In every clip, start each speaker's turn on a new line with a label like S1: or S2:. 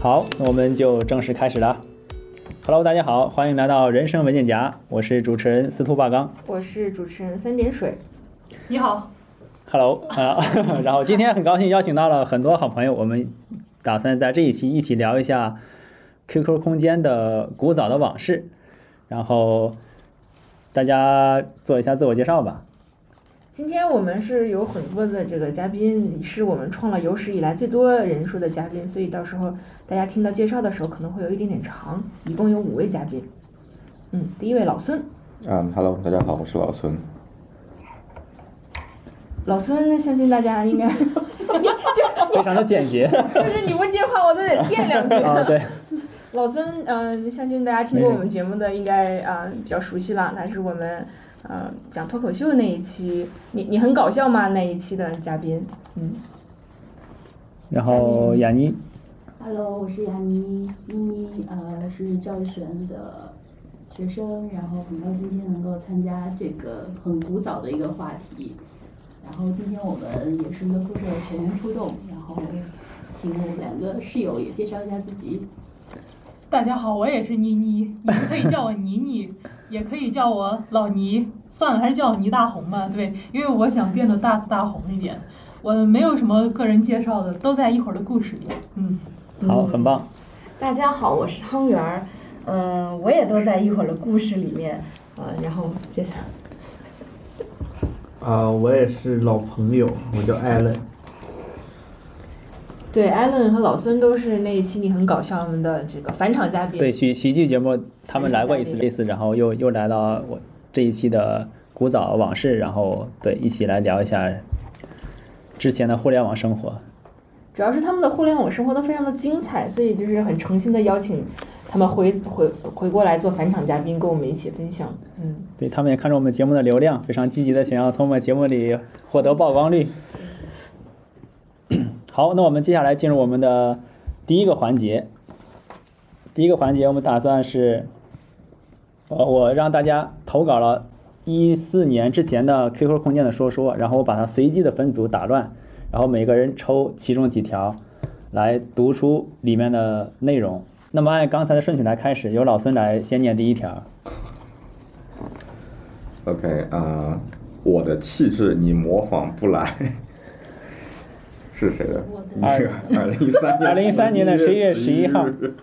S1: 好，那我们就正式开始了。Hello，大家好，欢迎来到人生文件夹，我是主持人司徒霸刚。
S2: 我是主持人三点水，
S3: 你好，
S1: Hello 啊， 然后今天很高兴邀请到了很多好朋友，我们打算在这一期一起聊一下 QQ 空间的古早的往事。然后大家做一下自我介绍吧。
S2: 今天我们是有很多的这个嘉宾，是我们创了有史以来最多人数的嘉宾，所以到时候大家听到介绍的时候可能会有一点点长，一共有五位嘉宾。嗯，第一位老孙，
S4: 嗯哈喽，大家好，我是老孙。
S2: 老孙相信大家应该，
S1: 非常的简洁
S2: 就是你不接话我都得垫两句。
S1: 啊，对，
S2: 老孙，嗯、相信大家听过我们节目的应该啊、比较熟悉了，他是我们嗯、呃讲脱口秀那一期，你你很搞笑吗？那一期的嘉宾，嗯，
S1: 然后雅妮，
S3: Hello，我是雅妮，妮妮，呃，是教育学院的学生，然后很高兴今天能够参加这个很古早的一个话题，然后今天我们也是一个宿舍全员出动，然后请我们两个室友也介绍一下自己，
S5: 大家好，我也是妮妮，你们可以叫我妮 妮，也可以叫我老倪，算了，还是叫我倪大红吧。对，因为我想变得大字大红一点。我没有什么个人介绍的，都在一会儿的故事里。嗯，
S1: 好，很棒。
S6: 大家好，我是汤圆儿，嗯、我也都在一会儿的故事里面，呃，然后接下来
S7: 啊、我也是老朋友，我叫艾伦。
S2: 对，艾伦和老孙都是那一期你很搞笑们的这个返场嘉宾。
S1: 对，喜喜剧节目他们来过一次，这次然后又又来到我这一期的古早往事，然后对一起来聊一下之前的互联网生活。
S2: 主要是他们的互联网生活都非常的精彩，所以就是很诚心的邀请他们回回回过来做返场嘉宾，跟我们一起分享。嗯，
S1: 对他们也看中我们节目的流量，非常积极的想要从我们节目里获得曝光率。 好，那我们接下来进入我们的第一个环节。第一个环节，我们打算是，呃，我让大家投稿了一四年之前的 QQ 空间的说说，然后我把它随机的分组打乱，然后每个人抽其中几条来读出里面的内容。那么按刚才的顺序来开始，由老孙来先念第一条。
S4: OK 啊、我的气质你模仿不来， 是谁的？
S1: 二
S4: 二零一三
S1: 2013
S4: 年
S1: 年的11月11号
S4: 日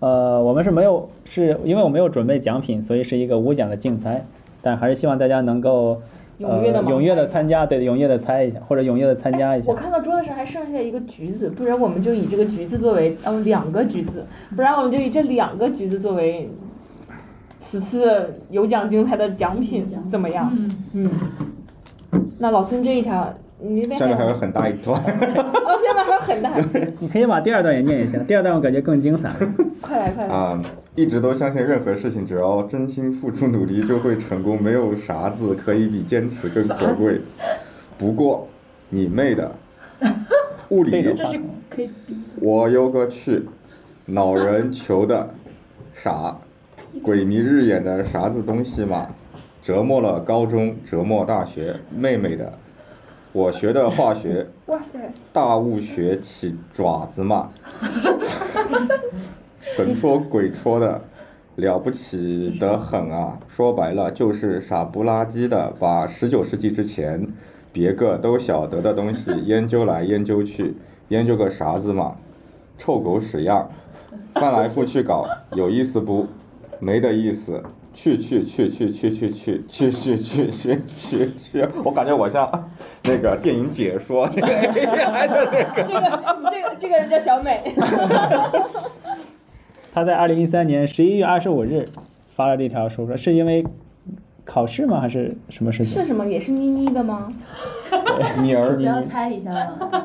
S1: 呃，我们是没有，是因为我没有准备奖品，所以是一个无奖的竞猜，但还是希望大家能够
S2: 踊跃地
S1: 呃、
S2: 盲猜哎
S1: 踊跃的参加，对，踊跃的猜一下，或者踊跃的参加一下
S2: 我。看到桌子上还剩下一个橘子，不然我们就以这个橘子作为，哦，两个橘子，不然我们就以这两个橘子作为此次有奖竞赛的奖品，怎么样？
S5: 嗯，
S2: 嗯，那老孙这一条，你那边
S4: 下面
S2: 还
S4: 还有很大一段。
S2: 哦，下面还有 很大，
S1: 你可以把第二段也念一下，第二段我感觉更精彩。
S2: 快来快来。
S4: 啊、一直都相信任何事情，只要真心付出努力就会成功，没有啥字可以比坚持更可贵。不过，你妹的！物
S1: 背
S4: 理
S1: 着话筒，
S4: 我有个去，恼人求的傻，鬼迷日眼的啥子东西嘛，折磨了高中，折磨大学，妹妹的，我学的化学，
S2: 哇塞，
S4: 大物学起爪子嘛，神戳鬼戳的，了不起的很啊！说白了就是傻不拉几的，把十九世纪之前别个都晓得的东西研究来研究去， 研究个啥子嘛，臭狗屎样，翻来覆去搞，有意思不？没得意思。去去去去去去去去去去去去去！ 我感觉我像那个电影解说，
S2: 这个这个这个人叫小 美，
S1: 他在二零一三年十一月二十五日发了这条说说，是因为考试吗？还是什么事情？
S2: 是什么？也是妮妮的吗？
S4: 你儿
S3: 不要猜一下啊了。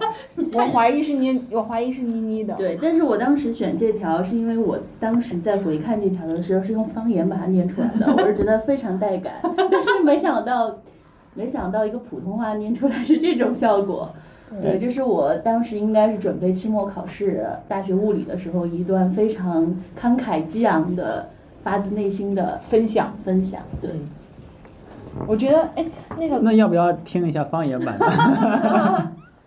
S2: 我怀疑是妮，我怀疑是妮妮的。
S3: 对，但是我当时选这条是因为我当时在回看这条的时候是用方言把它念出来的，我是觉得非常带感， 但是没想到，没想到一个普通话念出来是这种效果。对，这是我当时应该是准备期末考试、大学物理的时候一段非常慷慨激昂的、发自内心的
S2: 分享，
S3: 分享。对，
S2: 我觉得哎，那个
S1: 那要不要听一下方言版的？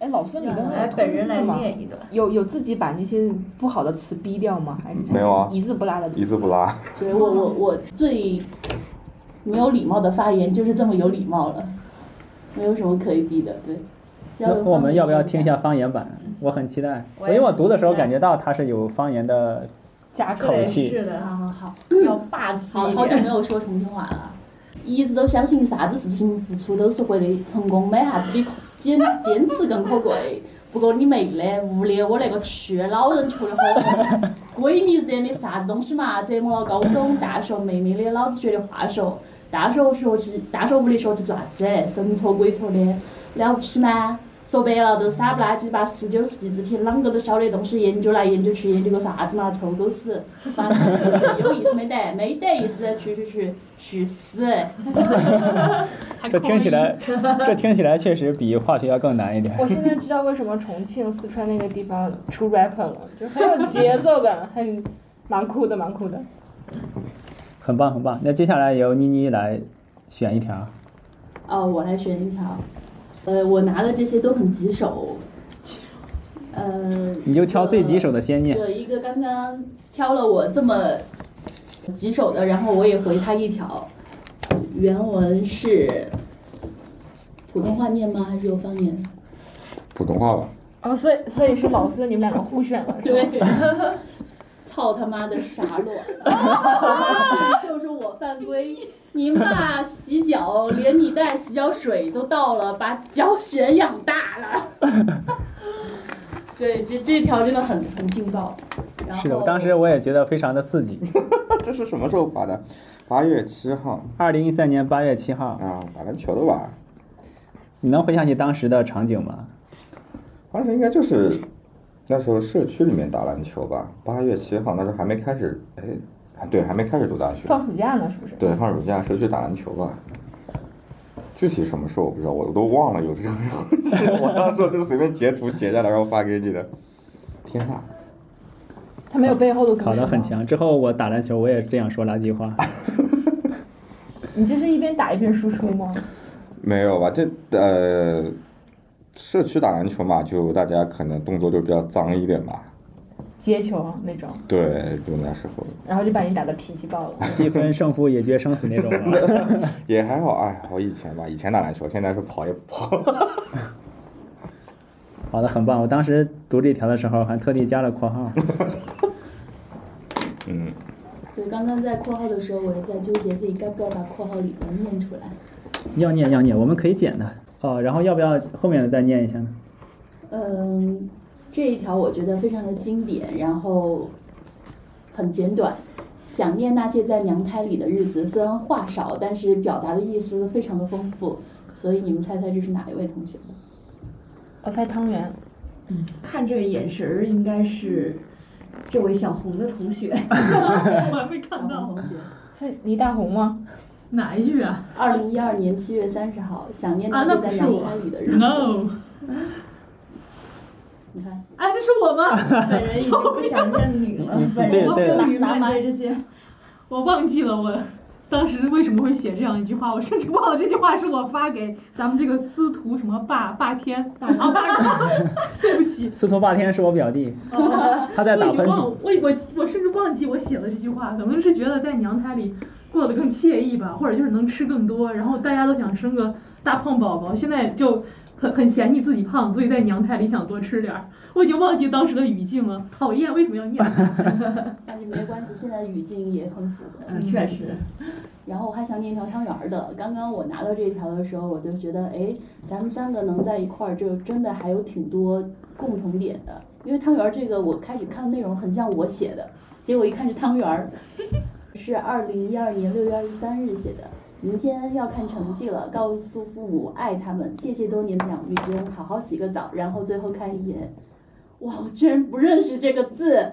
S2: 哎，老孙，你刚才
S6: 来
S2: 有
S6: 本人来
S2: 通字吗
S6: 念一段。
S2: 有有自己把那些不好的词逼掉吗？还是
S4: 没有啊
S2: 一字不落的。
S4: 一字不拉。
S3: 对我我我最没有礼貌的发言就是这么有礼貌了，没有什么可以比的。对，
S1: 那
S3: 有
S1: 我们要不要听一
S3: 方
S1: 下方言版？我很期待，
S6: 我
S1: 因
S6: 也
S1: 为我读的时候
S6: 很期待
S1: 感觉到它是有方言的
S2: 加口
S1: 口
S6: 对，
S1: 气
S6: 是
S3: 言？
S6: 的，
S3: 好好好，
S6: 要霸气
S3: 好
S6: 一
S3: 好久没
S6: 点。
S3: 有说重庆话了。一直都相信啥子事情付出都是会得成功的，啥子比坚坚持更可贵。不过你妹嘞，屋里我那个去老人缺的慌，闺蜜之间的啥子东西嘛，折磨了高中、大学妹妹的，老子觉得化学，大学学起，大学物理学起做啥子？神戳鬼戳的，了不起吗？说白了，都傻不拉几把十九世纪之前啷个都晓得东西研究来研究去，研究个啥子嘛，臭狗屎！反正就是有意思没得，没得意思，去去去去死！
S5: 还
S1: 这听起
S5: 扣了一
S1: 来，这听起来确实比化学要更难一点。
S2: 我现在知道为什么重庆、四川那个地方出 rapper 了，就很有节奏感，很蛮酷的，蛮酷的。
S1: 很棒，很棒。那接下来由妮妮来选一条，
S3: 哦，我来选一条，呃，我拿的这些都很棘手，呃，
S1: 你就挑最棘手的先念。
S3: 有一个刚刚挑了我这么棘手的，然后我也回他一条，原文是普通话念吗？还是有方言？
S4: 普通话吧，
S2: 哦，所以所以是老孙你们两个互选了，是吧？
S3: 对，操他妈的傻卵！就是我犯规，你爸洗脚连你带洗脚水都倒了，把脚血养大了。 对，这这条真的很很劲爆。然后
S1: 是的，我当时我也觉得非常的刺激。
S4: 这是什么时候发的？八月七号
S1: 二零一三年八月七号，
S4: 啊，打篮球的吧？
S1: 你能回想起当时的场景吗？
S4: 当时应该就是那时候社区里面打篮球吧。八月七号那时候还没开始，哎，还对，还没开始读大学，
S2: 放暑假了是不是？
S4: 对，放暑假社区打篮球吧。具体什么时候我不知道，我都忘了有 这个东西。我当时就是随便截图截下来，然后发给你的。天呐，
S2: 他没有背后的故事。
S1: 考得很。强。之后我打篮球，我也这样说垃圾话。
S2: 你这是一边打一边输出吗？
S4: 没有吧？这呃，社区打篮球嘛，就大家可能动作就比较脏一点吧。
S2: 接球啊那种，
S4: 对，就那时候
S2: 然后就把你打的脾气爆了。
S1: 积分胜负也决生死那种啊吗？
S4: 也还好。哎，我以前吧，以前打篮球，现在是跑也跑。
S1: 好的，很棒。我当时读这条的时候还特地加了括号。
S4: 嗯，
S3: 对，刚刚在括号的时候，我也在纠结自己该不该把括号里面念出来。
S1: 要念要念，我们可以剪的。哦，然后要不要后面再念一下呢？
S3: 嗯，这一条我觉得非常的经典，然后很简短。想念那些在娘胎里的日子，虽然话少，但是表达的意思非常的丰富。所以你们猜猜这是哪一位同学呢？
S2: 我猜哦汤圆，嗯
S6: 看这个眼神儿，应该是这位小红的同学。
S5: 啊下，我还没看
S3: 小
S5: 到
S3: 红同学，
S2: 是倪大红吗？
S5: 哪一句啊
S3: 二零一二年七月三十号，想念那
S5: 啊那
S3: 些
S5: 不
S3: 在
S5: 是
S3: 娘
S5: 我
S3: 胎里的日子。
S5: ？No，
S3: 你看，
S5: 哎，这是我吗？
S6: 本人已经不想认领了，本
S1: 对
S6: 人羞
S1: 对
S6: 于面对这些。
S5: 我忘记了我。当时为什么会写这样一句话？我甚至忘了这句话是我发给咱们这个司徒什么霸霸天大啊 霸天，对不起，
S1: 司徒霸天是我表弟，
S5: 哦
S1: 他在打
S5: 我已经
S1: 喷
S5: 忘
S1: 嚏。
S5: 了，我我我甚至忘记我写了这句话，可能是觉得在娘胎里过得更惬意吧，或者就是能吃更多，然后大家都想生个大胖宝宝，现在就很很嫌弃自己胖，所以在娘胎里想多吃点儿。我已经忘记当时的语境了，讨厌，为什么要念？
S3: 那就没关系，现在语境也很符合。
S6: 嗯，确实，
S3: 然后我还想念一条汤圆儿的。刚刚我拿到这一条的时候，我就觉得，哎，咱们三个能在一块儿，就真的还有挺多共同点的。因为汤圆儿这个，我开始看内容很像我写的， 结果一看是汤圆儿，是二零一二年六月二十三日写的。明天要看成绩了，告诉父母爱他们，谢谢多年的养育之恩，好好洗个澡，然后最后看一眼。哇，我居然不认识这个字，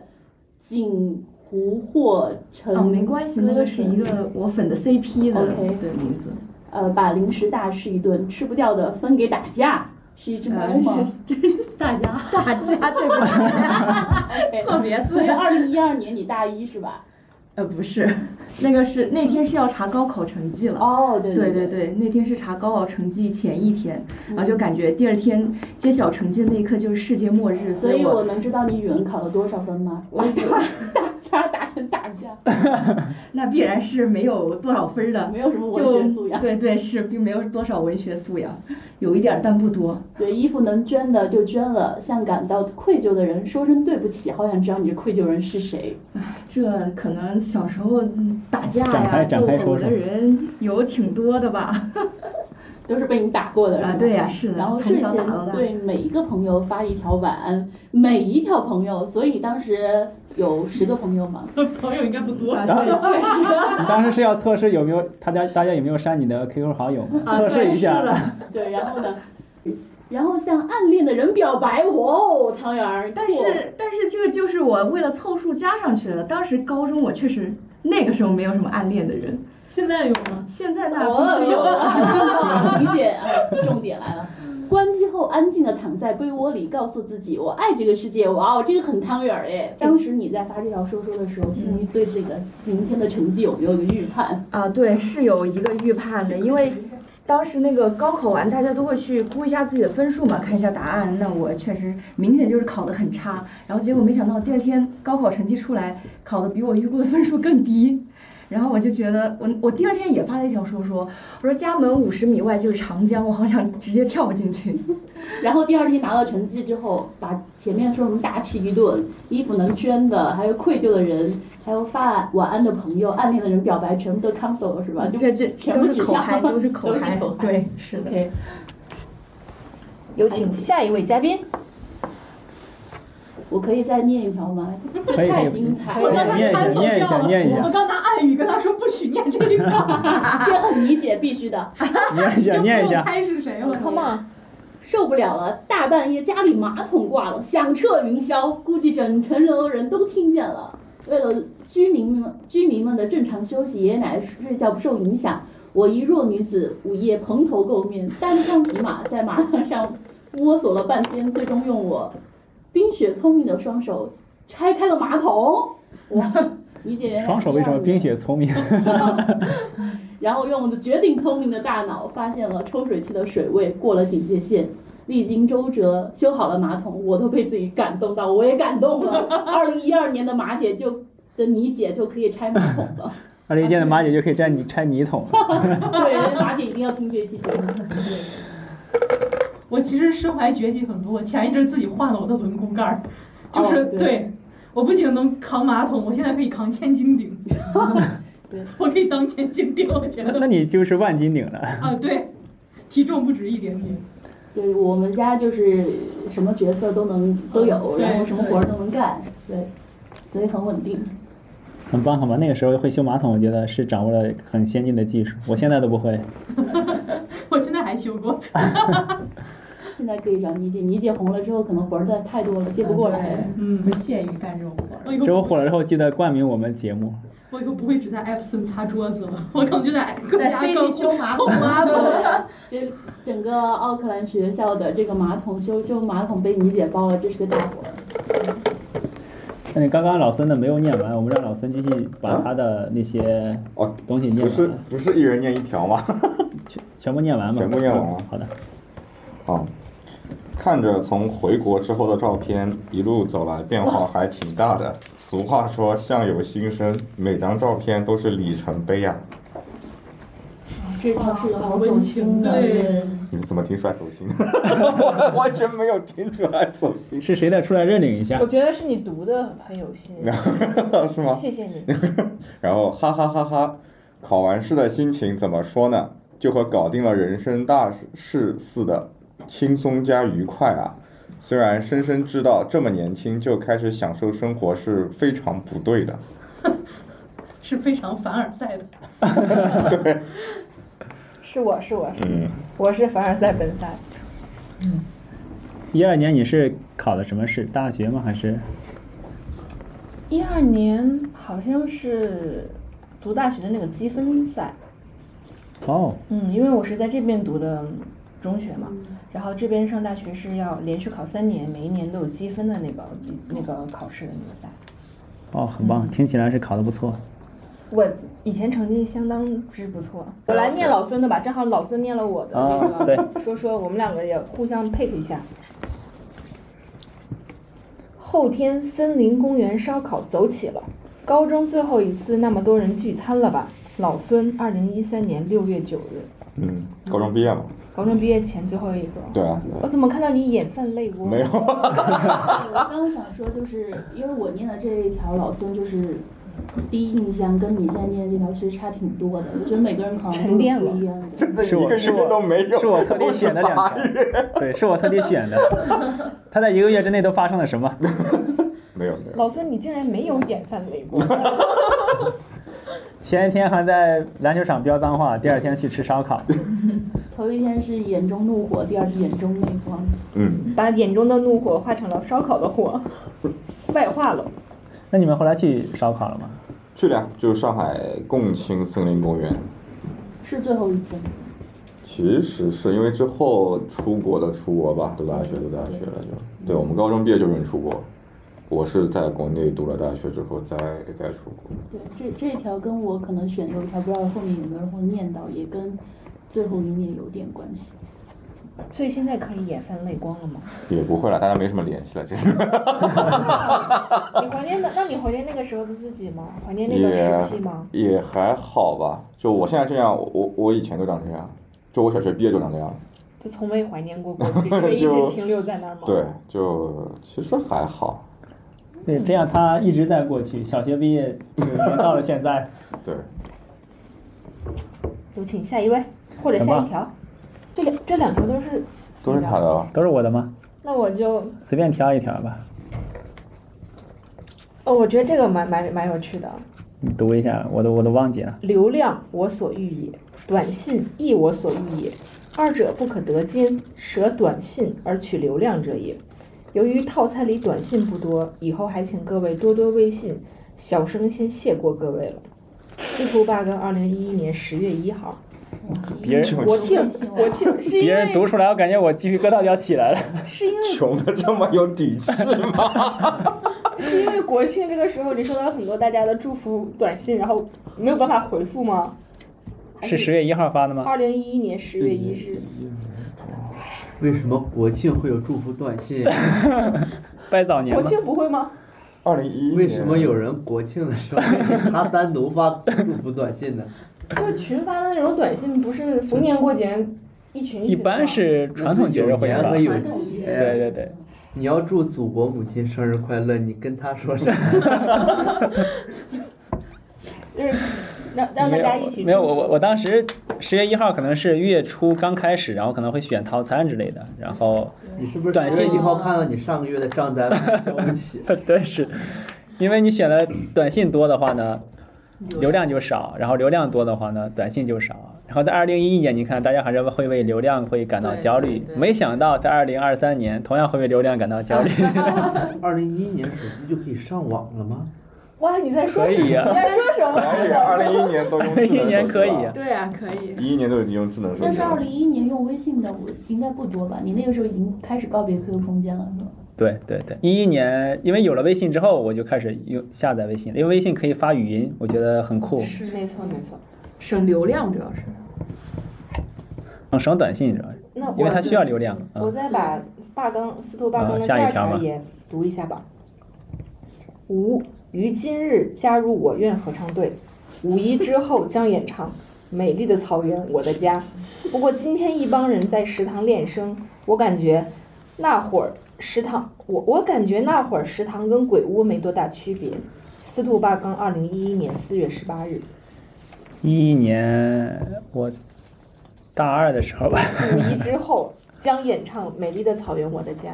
S3: 锦湖或成
S6: 哦，没关系，那个是
S3: 歌
S6: 一个我粉的 CP 的
S3: OK
S6: 对名 字。
S3: 呃，把零食大吃一顿，吃不掉的分给打架，是一只猫
S6: 呃，
S3: 吗
S6: 是？
S5: 大家
S6: 大家对不起，
S3: OK
S6: 特别
S3: 所
S6: 自
S3: 以
S6: 然。
S3: 二零一二年你大一是吧？
S6: 呃，不是，那个是那天是要查高考成绩了。
S3: 哦，对
S6: 对
S3: 对
S6: 对对，那天是查高考成绩前一天，然后就
S3: 嗯
S6: 感觉第二天揭晓成绩的那一刻就是世界末日，
S3: 所
S6: 以
S3: 以
S6: 我
S3: 我能知道你语文考了多少分吗？ 我语文大家打成打架，
S6: 那必然是没有多少分儿的。
S3: 没有什么文
S6: 就
S3: 学素养。
S6: 对对是，并没有多少文学素养，有一点儿，但不多。
S3: 对，衣服能捐的就捐了，向感到愧疚的人说声对不起。好想知道你的愧疚人是谁。
S6: 这可能小时候嗯打架
S1: 展开
S6: 呀、
S1: 展开
S6: 斗
S1: 说
S6: 殴的
S1: 说
S6: 人有挺多的吧？
S3: 都是被你打过的
S6: 啊，
S3: 人。
S6: 对呀、是的，
S3: 然后
S6: 从
S3: 睡
S6: 小打
S3: 前
S6: 到大。
S3: 对每一个朋友发一条晚安，每一条朋友，所以当时有十个朋友嘛，
S5: 朋友应该不多。
S6: 啊，对，确实。
S1: 你当时是要测试有没有大家大家有没有删你的 QQ 好友吗？
S6: 啊
S1: 测试
S6: 对
S1: 一下
S6: 是。的
S3: 对，然后呢，然后向暗恋的人表白，哇哦，汤圆儿，
S6: 但是但是这个就是我为了凑数加上去的。当时高中我确实那个时候没有什么暗恋的人，
S5: 现在有吗？
S6: 现在那
S3: 我
S6: 必须有了。
S3: 了，理解啊，重点来了。关机后，安静的躺在被窝里，告诉自己我爱这个世界。哇哦，这个很汤圆儿嗯哎！当时你在发这条说说的时候，心里对这个明天的成绩有没有一个预判？
S6: 啊，对，是有一个预判的，因为当时那个高考完，大家都会去估一下自己的分数嘛，看一下答案。那我确实明显就是考得很差，然后结果没想到第二天高考成绩出来，考的比我预估的分数更低。然后我就觉得，我我第二天也发了一条说说，我说家门五十米外就是长江，我好想直接跳进去。
S3: 然后第二天拿到成绩之后，把前面说什么大吃一顿，衣服能捐的，还有愧疚的人，还有发晚安的朋友、暗恋的人表白，全部都 cancel 了是吧？就
S6: 嗯这这
S3: 全部
S6: 都是
S3: 取
S6: 口
S3: 消
S6: 嗨，都 是
S3: 都
S6: 口
S3: 是
S6: 嗨
S3: 口，嗨
S6: 对，是的。
S3: OK，
S2: 有请下一位嘉宾。
S3: 我可以再念一条吗？这
S1: 可以可
S3: 太
S1: 以
S3: 精彩
S5: 我
S3: 了
S5: 刚。
S1: 念
S5: 才
S1: 念一下念一
S5: 看走
S1: 下
S5: 掉了
S1: 念一下
S5: 我刚拿暗语跟他说不许念这 一段，
S3: 这很理解，必须的。
S1: 念一下，
S5: 就
S1: 念一
S5: 不用
S1: 下。
S5: 猜是谁了。
S2: Come on，
S3: 受不了了，大半夜家里马桶挂了，响彻云霄，估计整层楼人都听见了。为了居民们居民们的正常休息，爷爷奶奶睡觉不受影响，我一弱女子午夜蓬头垢面，单枪匹马在马桶上摸索了半天，最终用我冰雪聪明的双手拆开了马桶。哇， 理解原来是
S1: 双手为什么
S3: 这样
S1: 冰
S3: 的
S1: 雪聪明？
S3: 然后用我的绝顶聪明的大脑发现了抽水器的水位过了警戒线，历经周折修好了马桶，我都被自己感动到，我也感动 了。二零一二年的马姐就的你姐就可以拆马桶 了，
S1: 二零一届的马姐就可以摘泥拆泥桶了。
S3: 对，马姐一定要听这期节目。
S5: 我其实身怀绝技很多，我前一阵自己换了我的轮毂盖儿，就是、
S3: 哦对
S5: 我不仅能扛马桶，我现在可以扛千斤 顶
S3: 对，
S5: 我可以当千斤顶，我觉
S1: 那
S5: 得
S1: 你就是万斤顶了。
S5: 啊，对，体重不止一点点。
S3: 对我们家就是什么角色都能都有，
S5: 对
S3: 然后什么活儿都能干，对，所以很稳定。
S1: 很棒，很棒。那个时候会修马桶，我觉得是掌握了很先进的技术，我现在都不会。
S5: 我现在还修过，
S3: 现在可以找倪姐，倪姐红了之后可能活儿太太多了，接不过来了。
S5: 嗯
S6: 不，屑于干这种活儿。
S5: 我以后
S1: 之后火了之后，记得冠名我们节目。
S5: 我以后不会只在 Epson 擦桌子了，我可能就在更
S6: 在
S5: 加
S6: 非得
S5: 更
S6: 修马桶
S5: 马桶。
S3: 这整个奥克兰学校的这个马桶修修马桶被你姐包了，这是个大活儿。
S1: 那你刚刚老孙的没有念完，我们让老孙继续把他的那些
S4: 哦，
S1: 东西念
S4: 啊不
S1: 完，
S4: 是不是一人念一条吗？
S1: 全全部念完吧。
S4: 全部念完啊
S1: 嗯好的，
S4: 啊，看着从回国之后的照片，一路走来变化还挺大的。俗话说“相由心生”，每张照片都是里程碑啊呀、
S3: 这套是好走心啊的，
S5: 对
S3: 对
S4: 你们怎么听出来走心？ 我完全没有听出来走心，
S1: 是谁的出来认领一下
S2: 我？觉得是你读的很有心，
S4: 是吗？
S2: 谢谢你。
S4: 然后哈哈哈哈，考完试的心情怎么说呢？就和搞定了人生大事似的，轻松加愉快啊！虽然深深知道这么年轻就开始享受生活是非常不对的。
S5: 是非常凡尔赛的，
S2: 是我是我
S4: 嗯，
S2: 我是凡尔赛本赛，
S1: 一二年你是考的什么试？大学吗？还是
S2: 一二年好像是读大学的那个积分赛，
S1: 哦，
S2: 嗯，因为我是在这边读的中学嘛，然后这边上大学是要连续考三年，每一年都有积分的那个那个考试的那个赛。
S1: 哦，很棒，听起来是考的不错。
S2: 我以前成绩相当之不错，我来念老孙的吧，正好老孙念了我的
S1: 啊，对，
S2: 说说我们两个也互相配合一下。后天森林公园烧烤走起了，高中最后一次那么多人聚餐了吧？老孙，二零一三年六月九日，
S4: 嗯，高中毕业嘛，
S2: 高中毕业前最后一个。
S4: 对啊，
S2: 我怎么看到你眼泛泪光？
S4: 没有，
S3: 我刚想说，就是因为我念的这一条老孙，就是第一印象跟你现在念的这条其实差挺多的。我觉得每个人好像都
S2: 沉淀了
S3: 不一样的。
S4: 真的 一
S1: 是我
S4: 个
S1: 是
S4: 一个
S1: 我
S4: 都没有，
S1: 是我特地选的两条
S4: 都是八月
S1: 对，是我特地选的。他在一个月之内都发生了什么？
S4: 没有没有，
S2: 老孙，你竟然没有眼泛泪光。
S1: 前一天还在篮球场飙脏话，第二天去吃烧烤。
S3: 头一天是眼中怒火，第二天眼中泪光。
S4: 嗯，
S2: 把眼中的怒火化成了烧烤的火，外化了。
S1: 那你们后来去烧烤了吗？
S4: 去了呀，就是上海共青森林公园。
S3: 是最后一次，
S4: 其实是因为之后出国的出国吧，读大学读大学了就，对我们高中毕业就能出国，我是在国内读了大学之后再再出国。
S3: 对，这这一条跟我可能选有一条，不知道后面有没有人会念到，也跟最后一面有点关系。
S2: 所以现在可以眼泛泪光 了吗？
S4: 也不会了，大家没什么联系了，这是
S2: 你怀念的，那你怀念那个时候的自己吗？怀念那个
S4: 也
S2: 时期吗？
S4: 也还好吧。就我现在这样，我我我以前都长这样，就我小学毕业就长这样。
S2: 就从未怀念过过 去，因为一
S4: 就
S2: 直停留在那儿吗？
S4: 对，就其实还好，
S1: 对，这样他一直在过去，小学毕业就是到了现在。
S4: 对，
S2: 有请下一位，或者
S1: 什么
S2: 下一条。这两这两条都是，
S4: 都是他的。
S1: 都是我的吗？
S2: 那我就
S1: 随便挑一条吧，
S2: 哦，我觉得这个蛮蛮蛮有趣的。
S1: 你读一下，我都我都忘记了。
S2: 流量我所欲也，短信亦我所欲也，二者不可得兼，舍短信而取流量者也。由于套餐里短信不多，以后还请各位多多微信，小生先谢过各位了。司徒爸跟二零一一年十月一号，
S1: 别人
S2: 国庆
S3: 庆
S2: 国庆是因
S1: 别人
S2: 为
S1: 读出来，我感觉我鸡皮疙瘩要起来了。
S2: 是因为
S4: 穷的这么有底气吗？
S2: 是因为国庆这个时候你收到很多大家的祝福短信，然后没有办法回复吗？
S1: 是十月一号发的吗？
S2: 二零一一年十月一日，
S8: 为什么国庆会有祝福短信？
S1: 拜早年
S2: 国
S1: 吧。
S2: 庆不会吗？
S4: 二零一一
S8: 为什么有人国庆的时候他单独发祝福短信呢？
S2: 就是群发的那种短信，不是逢年过节一群一群
S1: 一般是传统节日会
S8: 有年
S1: 发
S8: 和。
S3: 传
S8: 有
S3: 统节
S8: 节。
S1: 对对对，
S8: 你要祝祖国母亲生日快乐，你跟她 说啥？
S2: 就是让让大
S1: 没
S2: 家
S1: 有
S2: 一起
S1: 没有，
S2: 祝
S1: 我
S2: 福
S1: 我我当时十月一号可能是月初刚开始，然后可能会选套餐之类的，然后
S8: 你是不是
S1: 短
S8: 十
S1: 信
S8: 月一号看到你上个月的账单交不起？
S1: 对是，因为你选了短信多的话呢，流量就少，然后流量多的话呢，短信就少。然后在二零一一年，你看大家还是会为流量会感到
S5: 对
S1: 焦
S5: 对
S1: 虑
S5: 对，
S1: 没想到在二零二三年同样会为流量感到焦 虑。
S8: 二零一一年手机就可以上网了吗？
S2: 哇，你在说
S1: 可
S2: 什么？
S1: 以呀
S2: 你在说什
S4: 可以，
S2: 么？
S4: 哎二零一一年都用智能手机
S1: 一年可以
S4: 了
S1: 啊，
S5: 对啊，可以。
S4: 一一年都已经用智能手
S3: 但
S4: 机
S3: 是
S4: 了
S3: 二。零一一年用微信的我应该不多吧？你那个时候已经开始告别 QQ 空间了，是吧？
S1: 对对对，一一年因为有了微信之后，我就开始用下载微信了，因为微信可以发语音，我觉得很酷，
S2: 是没错没错。
S5: 省流量主要是。
S1: 能省短信主要是，
S2: 那
S1: 因为
S2: 我
S1: 它需要流量。啊
S2: 我。再把霸刚司徒霸刚
S1: 嗯
S2: 的第
S1: 下一
S2: 二
S1: 条
S2: 条
S1: 吧
S2: 也读一下吧。吾于今日加入我院合唱队，五一之后将演唱《美丽的草原我的家》。不过今天一帮人在食堂练声，我感觉那会儿食堂，我我感觉那会儿食堂跟鬼屋没多大区别。司徒霸刚，二零一一年四月十八日，
S1: 一一年我大二的时候吧，
S2: 五一之后将演唱《美丽的草原我的家》。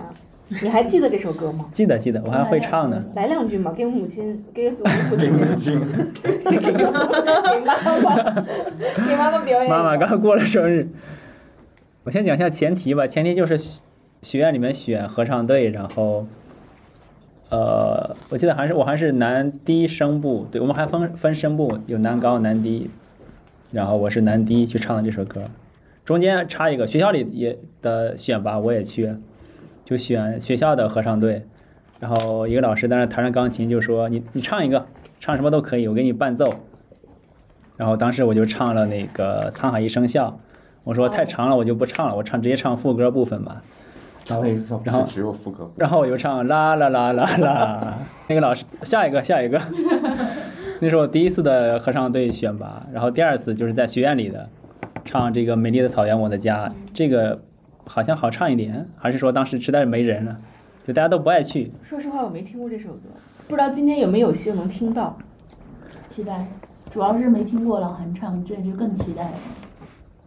S2: 你还记得这首歌吗？
S1: 记得记得，我还会唱呢。
S2: 来两句嘛，给母 亲，给祖国母
S4: 给
S2: 亲，
S4: 母 亲，
S2: 给妈妈，给妈妈表演。
S1: 妈妈，刚过了生日，我先讲一下前提吧。前提就是学学院里面选合唱队，然后，呃，我记得还是我还是男低声部，对我们还分分声部，有男高男低，然后我是男低去唱的这首歌。中间插一个，学校里也的选拔我也去，就选学校的合唱队，然后一个老师在那弹着钢琴就说你你唱一个，唱什么都可以，我给你伴奏。然后当时我就唱了那个《沧海一声笑》，我说太长了我就不唱了，我唱直接唱副歌部分吧。
S7: 然后然
S1: 然后
S4: 是只有副歌。
S1: 然后我就唱啦啦啦啦啦，那个老师下一个下一个， 那是我第一次的合唱队选拔，然后第二次就是在学院里的，唱这个《美丽的草原我的家》，这个好像好唱一点，还是说当时实在是没人了，就大家都不爱去，
S2: 说实话，我没听过这首歌，不知道今天有没有幸能听到。
S3: 期待。主要是没听过老韩唱，这就更期待了。